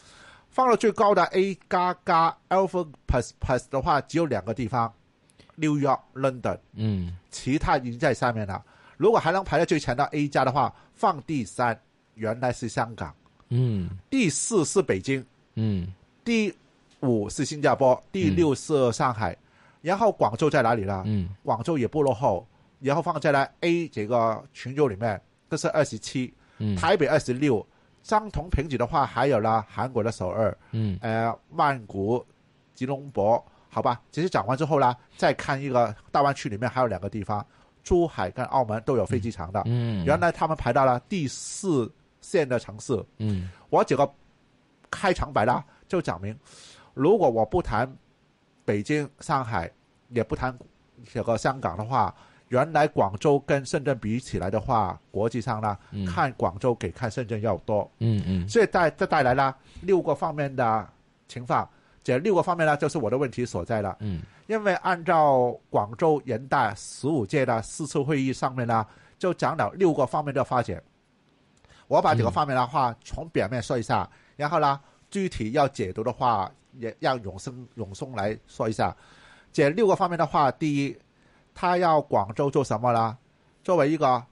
Speaker 4: 放到最高的 A 加加 Alpha Plus Plus 的話，只有兩個地方，紐約、London，
Speaker 2: 嗯
Speaker 4: 其他已經在下面了。如果還能排在最前的 A 加的話，放第三，原來是香港，
Speaker 2: 嗯
Speaker 4: 第四是北京，
Speaker 2: 嗯
Speaker 4: 第五是新加坡，第六是上海，然後廣州在哪裡呢？
Speaker 2: 嗯
Speaker 4: 广州也不落后，然后放在了 A 这个群组里面，这是二十七
Speaker 2: 嗯，
Speaker 4: 台北二十六，相同评级的话，还有呢韩国的首尔，
Speaker 2: 嗯
Speaker 3: 啊
Speaker 4: 呃，曼谷、吉隆坡，好吧，这些讲完之后呢，再看一个大湾区里面还有两个地方，珠海跟澳门都有飞机场的，
Speaker 2: 嗯
Speaker 4: 原来他们排到了第四线的城市，
Speaker 2: 嗯
Speaker 4: 我这个开场白啦，就讲明，如果我不谈北京、上海，也不谈这个香港的话，原来广州跟深圳比起来的话，国际上呢，
Speaker 2: 嗯
Speaker 4: 看广州给看深圳要多，
Speaker 2: 嗯嗯
Speaker 4: 所以带这带来了六个方面的情况。这六个方面呢，就是我的问题所在了。
Speaker 2: 嗯
Speaker 4: 因为按照广州人大十五届的四次会议上面呢，就讲了六个方面的发展。我把几个方面的话从表面说一下，然后呢，具体要解读的话，也让永生永松来说一下。这六个方面的话，第一，他要广州做什么呢？作为一个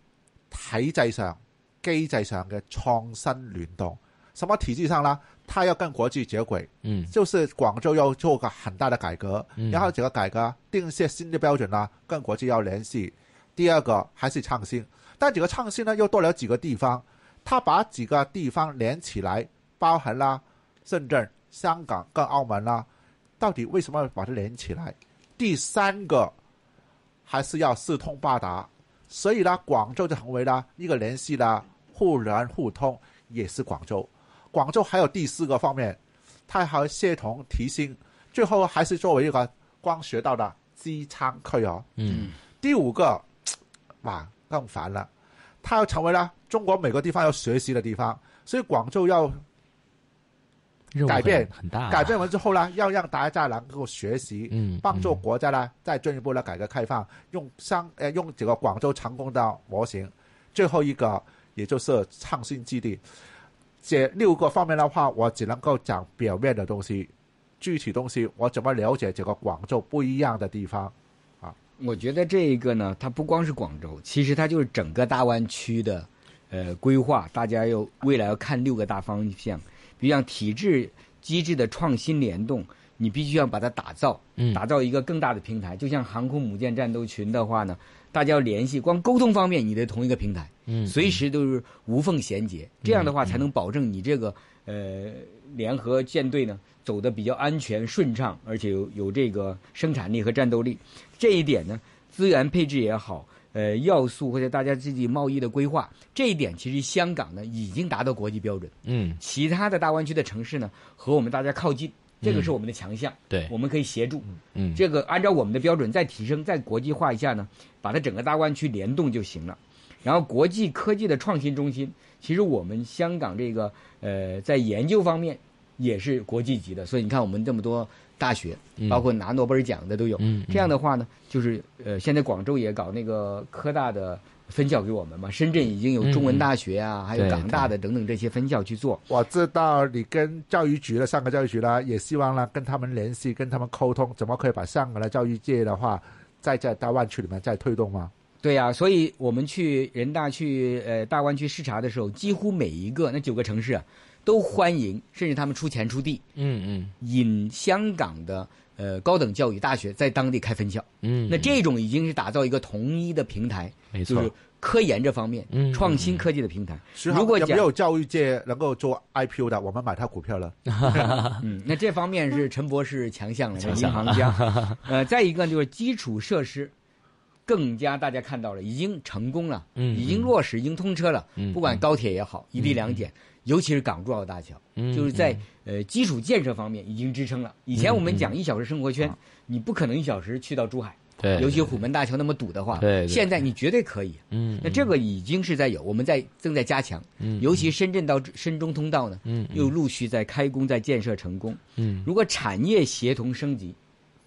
Speaker 4: 体制上、机制上嘅创新联动，什么体制上呢？他要跟国际接轨。
Speaker 2: 嗯
Speaker 4: 就是广州要做个很大的改革，
Speaker 2: 嗯
Speaker 4: 然后这个改革定一些新的标准呢，跟国际要联系。第二个还是创新，但这个创新呢又多了几个地方，它把几个地方连起来，包含了深圳、香港跟澳门啦。到底为什么要把它连起来？第三个，还是要四通八达。所以呢，广州就成为了一个联系呢互联互通，也是广州。广州还有第四个方面，它和协同提升，最后还是作为一个光学道的机舱区哦。
Speaker 2: 嗯
Speaker 4: 第五个，哇，更烦了，它要成为了中国每个地方要学习的地方，所以广州要
Speaker 2: 任务
Speaker 4: 改
Speaker 2: 很
Speaker 4: 变
Speaker 2: 很大啊，
Speaker 4: 改变完之后呢，要让大家能够学习，
Speaker 2: 嗯，嗯，
Speaker 4: 帮助国家呢再进一步的改革开放，用商呃用这个广州成功的模型，最后一个也就是创新基地。这六个方面的话，我只能够讲表面的东西，具体东西我怎么了解这个广州不一样的地方？
Speaker 3: 我觉得这一个呢，它不光是广州，其实它就是整个大湾区的呃规划，大家要未来要看六个大方向，比如像体制机制的创新联动，你必须要把它打造，
Speaker 2: 嗯
Speaker 3: 打造一个更大的平台。就像航空母舰战斗群的话呢，大家要联系，光沟通方面你得同一个平台，
Speaker 2: 嗯，
Speaker 3: 随时都是无缝衔接，这样的话才能保证你这个呃联合舰队呢走得比较安全顺畅，而且有有这个生产力和战斗力。这一点呢，资源配置也好，呃要素或者大家自己贸易的规划，这一点其实香港呢已经达到国际标准，
Speaker 2: 嗯，
Speaker 3: 其他的大湾区的城市呢和我们大家靠近，这个是我们的强项，
Speaker 2: 嗯对，
Speaker 3: 我们可以协助。
Speaker 2: 嗯，
Speaker 3: 这个按照我们的标准再提升、再国际化一下呢，把它整个大湾区联动就行了。然后国际科技的创新中心，其实我们香港这个呃在研究方面也是国际级的，所以你看我们这么多大学，
Speaker 2: 嗯
Speaker 3: 包括拿诺贝尔奖的都有。
Speaker 2: 嗯
Speaker 3: 这样的话呢，就是呃现在广州也搞那个科大的分校给我们嘛，深圳已经有中文大学啊，还
Speaker 2: 嗯
Speaker 3: 有
Speaker 2: 对
Speaker 3: 港大的等等这些分校去做。
Speaker 4: 我知道你跟教育局的上个教育局呢，也希望呢跟他们联系，跟他们沟通，怎么可以把上个的教育界的话，再在大湾区里面再推动吗？
Speaker 3: 对呀、所以我们去人大去呃大湾区视察的时候，几乎每一个那九个城市啊，都欢迎，甚至他们出钱出地，
Speaker 2: 嗯
Speaker 3: 引香港的呃高等教育大学在当地开分校。
Speaker 2: 嗯嗯，
Speaker 3: 那这种已经是打造一个统一的平台，
Speaker 2: 没
Speaker 3: 就
Speaker 2: 错
Speaker 3: 是，科研这方面、
Speaker 2: 嗯
Speaker 3: 创新科技的平台。
Speaker 4: 徐航
Speaker 3: 如果
Speaker 4: 有
Speaker 3: 讲
Speaker 4: 没有教育界能够做 IPO 的，我们买他股票了。
Speaker 3: 嗯，那这方面是陈博士强项了，
Speaker 2: [laughs] 强
Speaker 3: 银
Speaker 2: 项
Speaker 3: 行
Speaker 2: [laughs]
Speaker 3: 家。呃，再一个就是基础设施，更加大家看到了，已经成功了，
Speaker 2: 嗯
Speaker 3: 已经落实，已经通车了。
Speaker 2: 嗯
Speaker 3: 不管高铁也好，一地两检，尤其是港珠澳大桥，
Speaker 2: 嗯嗯
Speaker 3: 就是在呃基础建设方面已经支撑了。以前我们讲一小时生活圈，你不可能一小时去到珠海，
Speaker 2: 啊对，
Speaker 3: 尤其虎门大桥那么堵的话，
Speaker 2: 对对
Speaker 3: 现在你绝对可以。
Speaker 2: 嗯，
Speaker 3: 那这个已经是在有，我们在正在加强，
Speaker 2: 嗯
Speaker 3: 尤其深圳到深中通道呢，
Speaker 2: 嗯
Speaker 3: 又陆续在开工，在建设成功。
Speaker 2: 嗯
Speaker 3: 如果产业协同升级，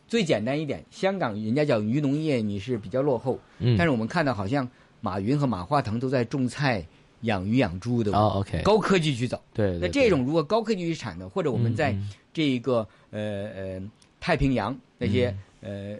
Speaker 3: 最简单一点，香港人家讲渔农业你是比较落后，
Speaker 2: 嗯，
Speaker 3: 但是我们看到好像马云和马化腾都在种菜、养鱼、养猪的，
Speaker 2: 哦，OK，
Speaker 3: 高科技去走。
Speaker 2: 对，
Speaker 3: 那
Speaker 2: 对
Speaker 3: 这种如果高科技去产的，或者我们在
Speaker 2: 嗯
Speaker 3: 这一个呃呃太平洋那些
Speaker 2: 嗯
Speaker 3: 呃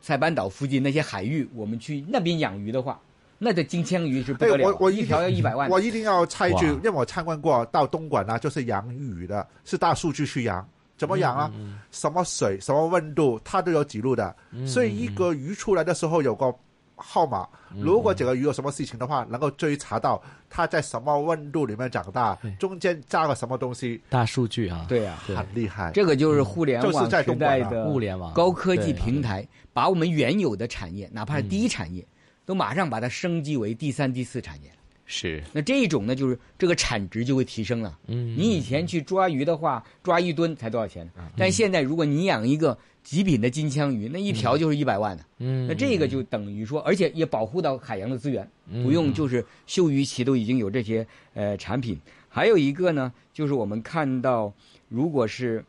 Speaker 3: 塞班岛附近那些海域，我们去那边养鱼的话，那这金枪鱼是不得
Speaker 4: 哎
Speaker 3: 了，
Speaker 4: 我我一
Speaker 3: 一条要一百万。
Speaker 4: 我一定要插一句，
Speaker 2: 哇
Speaker 4: 因为我参观过到东莞啊，就是养鱼的，是大数据去养，怎么养啊？
Speaker 2: 嗯
Speaker 4: 什么水、什么温度，它都有记录的。所以一
Speaker 2: 嗯
Speaker 4: 个鱼出来的时候有个号码，如果这个鱼有什么事情的
Speaker 2: 嗯
Speaker 4: 话，能够追查到它在什么温度里面长大
Speaker 2: 对，
Speaker 4: 中间加个什么东西，
Speaker 2: 大数据啊，
Speaker 3: 对呀、
Speaker 2: 对
Speaker 4: 很厉害。
Speaker 3: 这个就是互联
Speaker 4: 嗯就是
Speaker 3: 网
Speaker 4: 在
Speaker 3: 时
Speaker 4: 东莞
Speaker 3: 代
Speaker 4: 啊
Speaker 3: 的
Speaker 2: 物联网
Speaker 3: 高科技
Speaker 2: 对
Speaker 3: 平台，把我们原有的产业，哪怕是
Speaker 2: 嗯
Speaker 3: 第一产业，都马上把它升级为第三、第四产业了。
Speaker 2: 是，
Speaker 3: 那这一种呢，就是这个产值就会提升了。
Speaker 2: 嗯，啊
Speaker 3: 你以前去抓鱼的话，抓一吨才多少钱？但现在如果你养一个极品的金枪鱼，那一条就是一百万呢、
Speaker 2: 嗯，
Speaker 3: 那这个就等于说，而且也保护到海洋的资源，
Speaker 2: 嗯
Speaker 3: 不用就是休渔期都已经有这些呃产品。还有一个呢，就是我们看到，如果是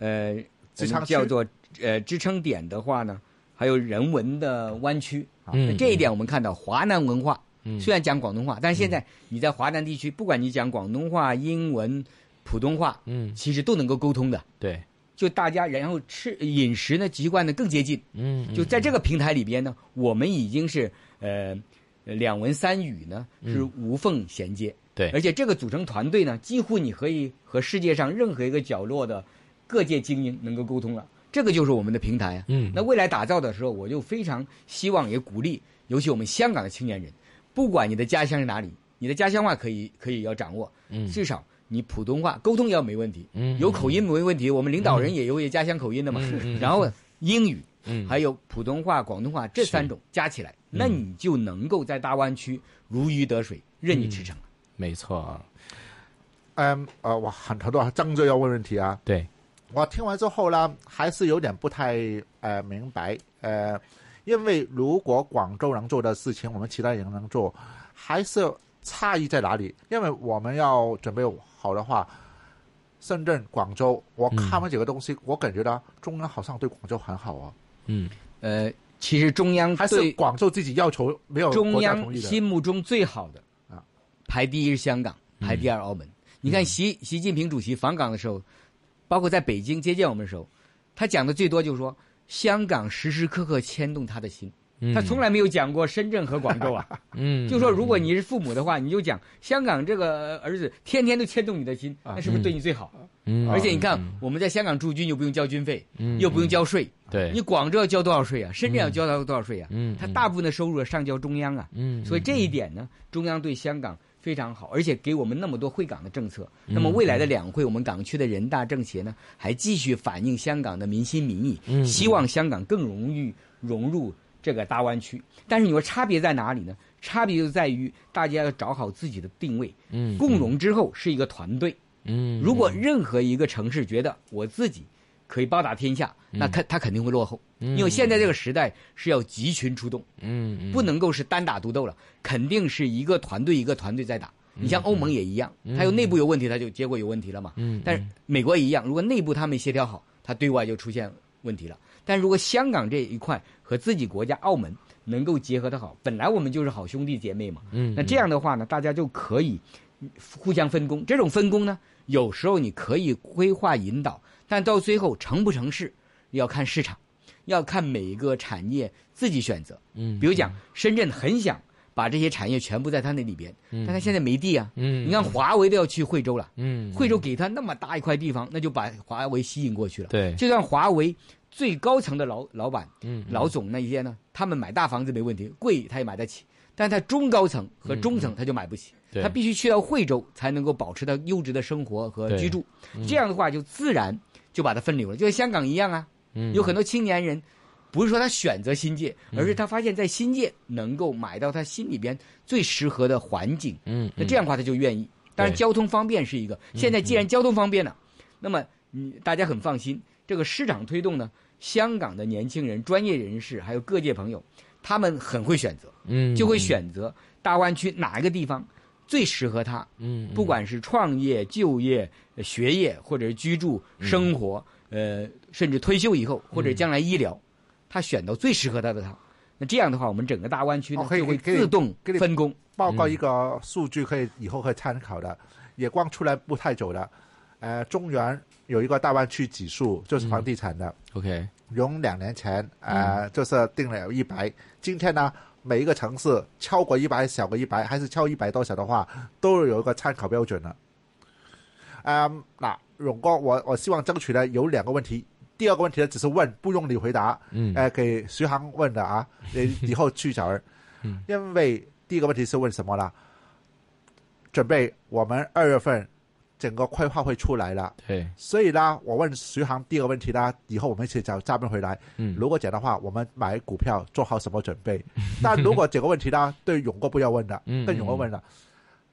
Speaker 3: 呃
Speaker 4: 支
Speaker 3: 我
Speaker 4: 撑
Speaker 3: 们
Speaker 4: 区
Speaker 3: 叫做呃支撑点的话呢，还有人文的湾区。
Speaker 2: 嗯
Speaker 3: 那这一点我们看到，华南文化
Speaker 2: 嗯
Speaker 3: 虽然讲广东话，但是现在你在华南地区，不管你讲广东话、英文、普通话，
Speaker 2: 嗯
Speaker 3: 其实都能够沟通的。
Speaker 2: 对，
Speaker 3: 就大家然后吃饮食呢习惯呢更接近，
Speaker 2: 嗯
Speaker 3: 就在这个平台里边呢，我们已经是呃两文三语呢是无缝衔接，
Speaker 2: 嗯对
Speaker 3: 而且这个组成团队呢，几乎你可以和世界上任何一个角落的各界精英能够沟通了，这个就是我们的平台啊。
Speaker 2: 嗯
Speaker 3: 那未来打造的时候，我就非常希望也鼓励，尤其我们香港的青年人，不管你的家乡是哪里，你的家乡话可以可以要掌握，
Speaker 2: 嗯
Speaker 3: 至少你普通话沟通要没问题，
Speaker 2: 嗯
Speaker 3: [laughs] 有口音没问题，我们领导人也有也家乡口音的嘛。然后英语
Speaker 2: 嗯
Speaker 3: 还有普通话、广东话这三种加起来，那你就能够在大湾区如鱼得水，任你驰骋。
Speaker 2: 没错，
Speaker 4: 嗯呃，我很很多争着要问问题啊。
Speaker 2: 对，
Speaker 4: 我听完之后呢，还是有点不太呃明白呃，因为如果广州能做的事情，我们其他人能做，还是差异在哪里？因为我们要准备好的话，深圳、广州，我看完几个东西，我感觉到中央好像对广州很好啊，
Speaker 2: 嗯
Speaker 3: 呃，其实中央
Speaker 4: 还
Speaker 3: 嗯
Speaker 4: 是
Speaker 3: 对
Speaker 4: 广州自己要求没有
Speaker 3: 中
Speaker 4: 哦国家同
Speaker 3: 央
Speaker 4: 意的
Speaker 3: 心目中最好的
Speaker 4: 啊，嗯
Speaker 3: 排第一是香港，排第二澳门。你看习习近平主席访港的时候，包括在北京接见我们的时候，他讲的最多就是说香港时时刻刻牵动他的心，
Speaker 2: 嗯
Speaker 3: 他从来没有讲过深圳和广州啊。
Speaker 2: 嗯，
Speaker 3: 就说如果你是父母的话，你就讲香港这个呃儿子天天都牵动你的心，
Speaker 4: 啊
Speaker 3: 那是不是对你最好？
Speaker 2: 嗯，嗯
Speaker 3: 而且你看，我们在香港驻军又不用交军费，
Speaker 2: 嗯
Speaker 3: 又不用交税，
Speaker 2: 对，
Speaker 3: 你广州要交多少税啊？深圳要交多少税啊？
Speaker 2: 嗯，
Speaker 3: 它大部分的收入上交中央啊，
Speaker 2: 嗯，嗯，
Speaker 3: 所以这一点呢，中央对香港非常好，而且给我们那么多惠港的政策。
Speaker 2: 嗯
Speaker 3: 那么未来的两会，我们港区的人大政协呢，还继续反映香港的民心民
Speaker 2: 嗯
Speaker 3: 意，希望香港更容易融入这个大湾区。但是你说差别在哪里呢？差别就在于大家要找好自己的定位，
Speaker 2: 嗯
Speaker 3: 共，融之后是一个团队。
Speaker 2: 嗯，嗯
Speaker 3: 如果任何一个城市觉得我自己可以包打天下，
Speaker 2: 嗯
Speaker 3: 那肯他肯定会落后，因为现在这个时代是要集群出动。
Speaker 2: 嗯嗯
Speaker 3: 不能够是单打独斗了，肯定是一个团队一个团队在打。你像欧盟也一样，它有内部有问题，它就结果有问题了嘛。
Speaker 2: 嗯，
Speaker 3: 但是美国也一样，如果内部他没协调好，它对外就出现问题了。但如果香港这一块和自己国家澳门能够结合的好，本来我们就是好兄弟姐妹嘛。
Speaker 2: 嗯
Speaker 3: 那这样的话呢，大家就可以互相分工。这种分工呢，有时候你可以规划引导，但到最后成不成事，要看市场，要看每一个产业自己选择。
Speaker 2: 嗯，
Speaker 3: 比如讲，深圳很想把这些产业全部在它那里边，但它现在没地啊。
Speaker 2: 嗯
Speaker 3: 你看华为都要去惠州了，
Speaker 2: 嗯，
Speaker 3: 惠州给它那么大一块地方，那就把华为吸引过去了。
Speaker 2: 对
Speaker 3: 就算华为最高层的老老板、
Speaker 2: 嗯
Speaker 3: 老总那一些呢，他们买大房子没问题，贵他也买得起，但他中高层和中层他就买不起，
Speaker 2: 嗯对
Speaker 3: 他必须去到惠州才能够保持他优质的生活和居住。
Speaker 2: 嗯
Speaker 3: 这样的话，就自然就把它分流了，就像香港一样啊。
Speaker 2: 嗯
Speaker 3: 有很多青年人，不是说他选择新界，而是
Speaker 2: 嗯
Speaker 3: 他发现在新界能够买到他心里边最适合的环境。
Speaker 2: 嗯，
Speaker 3: 那这样的话他就愿意。但是
Speaker 2: 对嗯
Speaker 3: 交通方便是一个，现在既然交通方便了，那么嗯，大家很放心。这个市场推动呢，香港的年轻人、专业人士还有各界朋友，他们很会选择，
Speaker 2: 嗯
Speaker 3: 就会选择大湾区哪一个地方最适合他。
Speaker 2: 嗯
Speaker 3: 不管是创业、就业、呃学业，或者是居住、
Speaker 4: 嗯
Speaker 3: 生活，呃，甚至退休以后，或者将来医疗，他选到最适合他的他。那这样的话，我们整个大湾区呢
Speaker 4: 哦可以
Speaker 3: 就会
Speaker 4: 可以
Speaker 3: 自动
Speaker 4: 可以
Speaker 3: 分工。
Speaker 4: 报告一个数据，可以以后可以参考的。也光出来不太久了，呃，中原有一个大湾区指数，就是房地产的。
Speaker 2: 嗯 OK，
Speaker 4: 用两年前，
Speaker 2: 嗯
Speaker 4: 呃，就是定了一百。今天呢，每一个城市超过一百、小过一百，还是超一百多少的话，都有一个参考标准了。嗯，嗱，勇哥，我我希望争取呢有两个问题。第二个问题呢，只是问，不用你回答。
Speaker 2: 嗯
Speaker 4: 呃，给徐航问的
Speaker 2: [laughs]
Speaker 4: 啊，你以后去找人。
Speaker 2: 嗯
Speaker 4: 因为第一个问题是问什么呢？准备我们二月份整个规划会出来了。
Speaker 2: 对，
Speaker 4: 所以呢，我问徐航第二个问题呢，以后我们一起找嘉宾回来。
Speaker 2: 嗯
Speaker 4: 如果讲的话，我们买股票做好什么准
Speaker 3: [laughs]
Speaker 4: 备？但如果这个问题呢，对勇哥不要问了，
Speaker 2: 嗯
Speaker 4: 跟勇哥问了。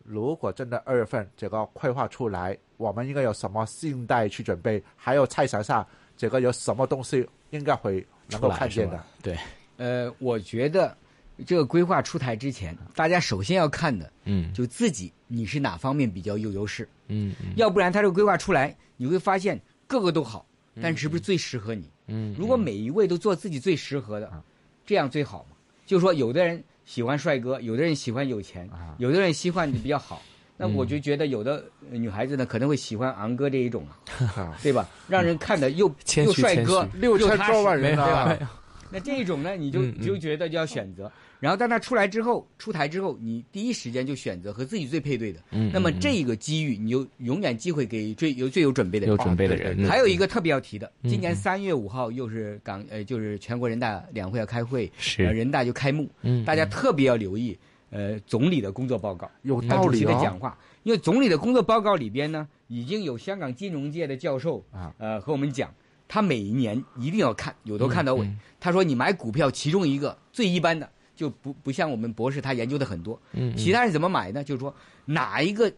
Speaker 4: 如果真的二月份这个规划出来，我们应该有什么信贷去准备？还有菜场上这个有什么东西应该会能够看见的？，
Speaker 2: 对，
Speaker 3: 呃，我觉得这个规划出台之前，大家首先要看的
Speaker 2: 嗯
Speaker 3: 就自己你是哪方面比较有优势，
Speaker 2: 嗯
Speaker 3: 要不然它这个规划出来，你会发现各个都好，但是不是最适合你？
Speaker 2: 嗯，啊
Speaker 3: 如果每一位都做自己最适合的，这样最好嘛。就是说，有的人喜欢帅哥，有的人喜欢有钱，
Speaker 2: 啊
Speaker 3: 有的人喜欢比较
Speaker 2: [laughs]
Speaker 3: 好。那
Speaker 2: 嗯
Speaker 3: 我就觉得，有的呃女孩子呢，可能会喜欢昂哥这一种
Speaker 2: [laughs]
Speaker 3: 啊，对吧？让人看的又
Speaker 2: 谦虚
Speaker 3: 又帅哥
Speaker 2: 谦，
Speaker 4: 六
Speaker 3: 又
Speaker 4: 千
Speaker 3: 踏
Speaker 4: 多
Speaker 3: 实
Speaker 4: 万人
Speaker 3: 对吧
Speaker 4: 啊！
Speaker 3: 那这种呢，你就
Speaker 2: 嗯嗯
Speaker 3: 你就觉得就要选择，然后当它出来之后，出台之后，你第一时间就选择和自己最配对的。
Speaker 2: 嗯嗯
Speaker 3: 那么
Speaker 2: 嗯
Speaker 3: 这个机遇，你就永远机会给最有最有准备的人
Speaker 2: 有。准备的人，
Speaker 3: 还有一个特别要提的，
Speaker 2: 嗯
Speaker 3: 今年三月五号又是港呃，就是全国人大两会要开会，
Speaker 2: 是
Speaker 3: 呃人大就开幕，
Speaker 2: 嗯
Speaker 3: 大家特别要留意呃总理的工作报告，
Speaker 4: 有
Speaker 2: 啊
Speaker 3: 他
Speaker 4: 道
Speaker 3: 主
Speaker 4: 理
Speaker 3: 席的
Speaker 4: 哦
Speaker 3: 讲，话，因为总理的工作报告里边呢，已经有香港金融界的教授
Speaker 4: 啊
Speaker 3: 呃和我们讲，他每一年一定要看，有头看到尾。
Speaker 2: 嗯
Speaker 3: 他说你买股票其中一个最一般的就不不像我们博士他研究的很多，
Speaker 2: 嗯，
Speaker 3: 其
Speaker 2: 他
Speaker 3: 他人怎么买呢？就是说哪一个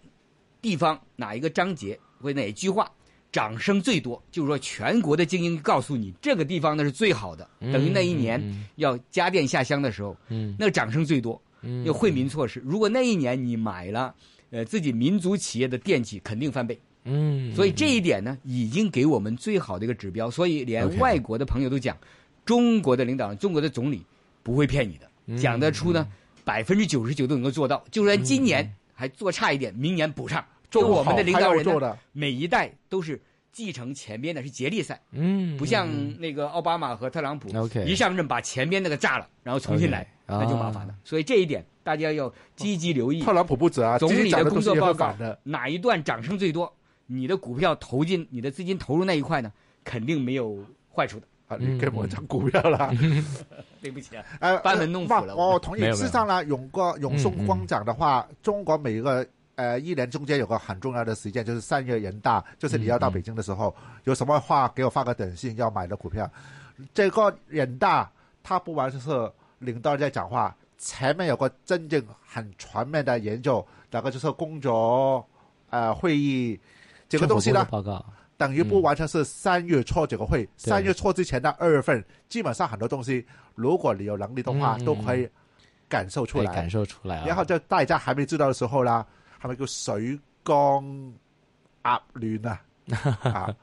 Speaker 3: 地方哪一个章节或哪句话掌声最多，就是说全国的精英告诉你这个地方那是最好的，等于那一年
Speaker 2: 嗯
Speaker 3: 要家电下乡的时候，
Speaker 2: 嗯
Speaker 3: 那掌声最多。
Speaker 2: 嗯
Speaker 3: 要惠民措施。如果那一年你买了，呃，自己民族企业的电器，肯定翻倍。
Speaker 2: 嗯，
Speaker 3: 所以这一点呢，已经给我们最好的一个指标。所以
Speaker 2: OK
Speaker 3: 连外国的朋友都讲，中国的领导人、中国的总理不会骗你
Speaker 2: 嗯
Speaker 3: 的，讲得出呢，百分之九十九都能够做到。就算今年还做差一点，明年补上。
Speaker 4: 做
Speaker 3: 就
Speaker 4: 得好
Speaker 3: 我们的领导人
Speaker 4: 哦还要做
Speaker 3: 呢，
Speaker 4: 的，
Speaker 3: 每哦一代都是继承前边的，是接力赛，
Speaker 2: 嗯
Speaker 3: 不像那个奥巴马和特朗普
Speaker 2: OK 啊
Speaker 3: 一上任把前边那个炸了，然后重新来。那就麻烦了。。所以这一点大家要积极留意
Speaker 4: 特，朗普不止啊，
Speaker 3: 总
Speaker 4: 今天
Speaker 3: 理
Speaker 4: 讲
Speaker 3: 的
Speaker 4: 的都
Speaker 3: 工
Speaker 4: 是
Speaker 3: 作
Speaker 4: 一
Speaker 3: 报
Speaker 4: 个
Speaker 3: 告
Speaker 4: 反的。
Speaker 3: 哪一段掌声最多，你的股票投进你的资金投入那一块呢，肯定没有坏处的。
Speaker 4: 啊，
Speaker 2: 嗯
Speaker 4: 你给我讲股票啦！
Speaker 3: 对不起啊，
Speaker 4: 呃，
Speaker 3: 班门弄斧了我
Speaker 4: 呃
Speaker 3: 们
Speaker 4: 我同意
Speaker 2: 没有，没有
Speaker 4: 事实上呢，勇哥、勇
Speaker 2: 嗯嗯
Speaker 4: 松光讲的话，中国每一个呃一年中间有个很重要的时间，就是三月人大，就是你要到
Speaker 2: 嗯嗯
Speaker 4: 北京的时候，有什么话给我发个短信，要买的股票。这个人大，他不完全是领导人在讲话，前面有个真正很全面的研究，那个就是工作呃会议。这个东西呢，
Speaker 2: 报告，
Speaker 4: 等于不完全是三月初这个会，
Speaker 2: 嗯对
Speaker 4: 三月初之前的二月份，基本上很多东西，如果你有能力的话，
Speaker 2: 嗯嗯
Speaker 4: 都可以感受出
Speaker 2: 对，
Speaker 4: 来。
Speaker 2: 感受出来啊。
Speaker 4: 然后就大家还没知道的时候啦，係咪叫水光鴨
Speaker 2: [laughs]
Speaker 4: 亂啊？啊，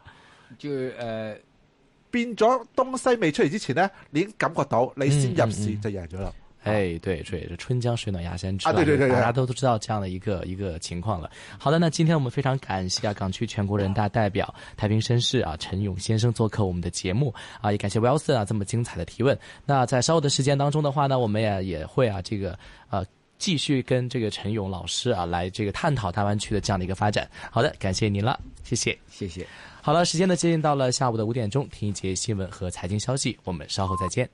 Speaker 3: 就是呃，
Speaker 4: 變咗東西未出嚟之前呢，你已經感覺到你先入
Speaker 2: 嗯
Speaker 4: 市
Speaker 2: 嗯嗯
Speaker 4: 就贏咗啦。
Speaker 2: 哎，对对，这春江水暖鸭先知
Speaker 4: 啊对对对对
Speaker 2: 大家都知道这样的一个一个情况了。好的，那今天我们非常感谢啊，港区全国人大代表太平绅士啊陈勇先生做客我们的节目啊，也感谢 Wilson 啊这么精彩的提问。那在稍后的时间当中的话呢，我们也也会啊这个呃。继续跟这个陈勇老师啊来这个探讨大湾区的这样的一个发展。好的，感谢您了，谢谢。
Speaker 3: 谢谢。
Speaker 2: 好了，时间呢接近到了下午的五点钟，听一节新闻和财经消息，我们稍后再见。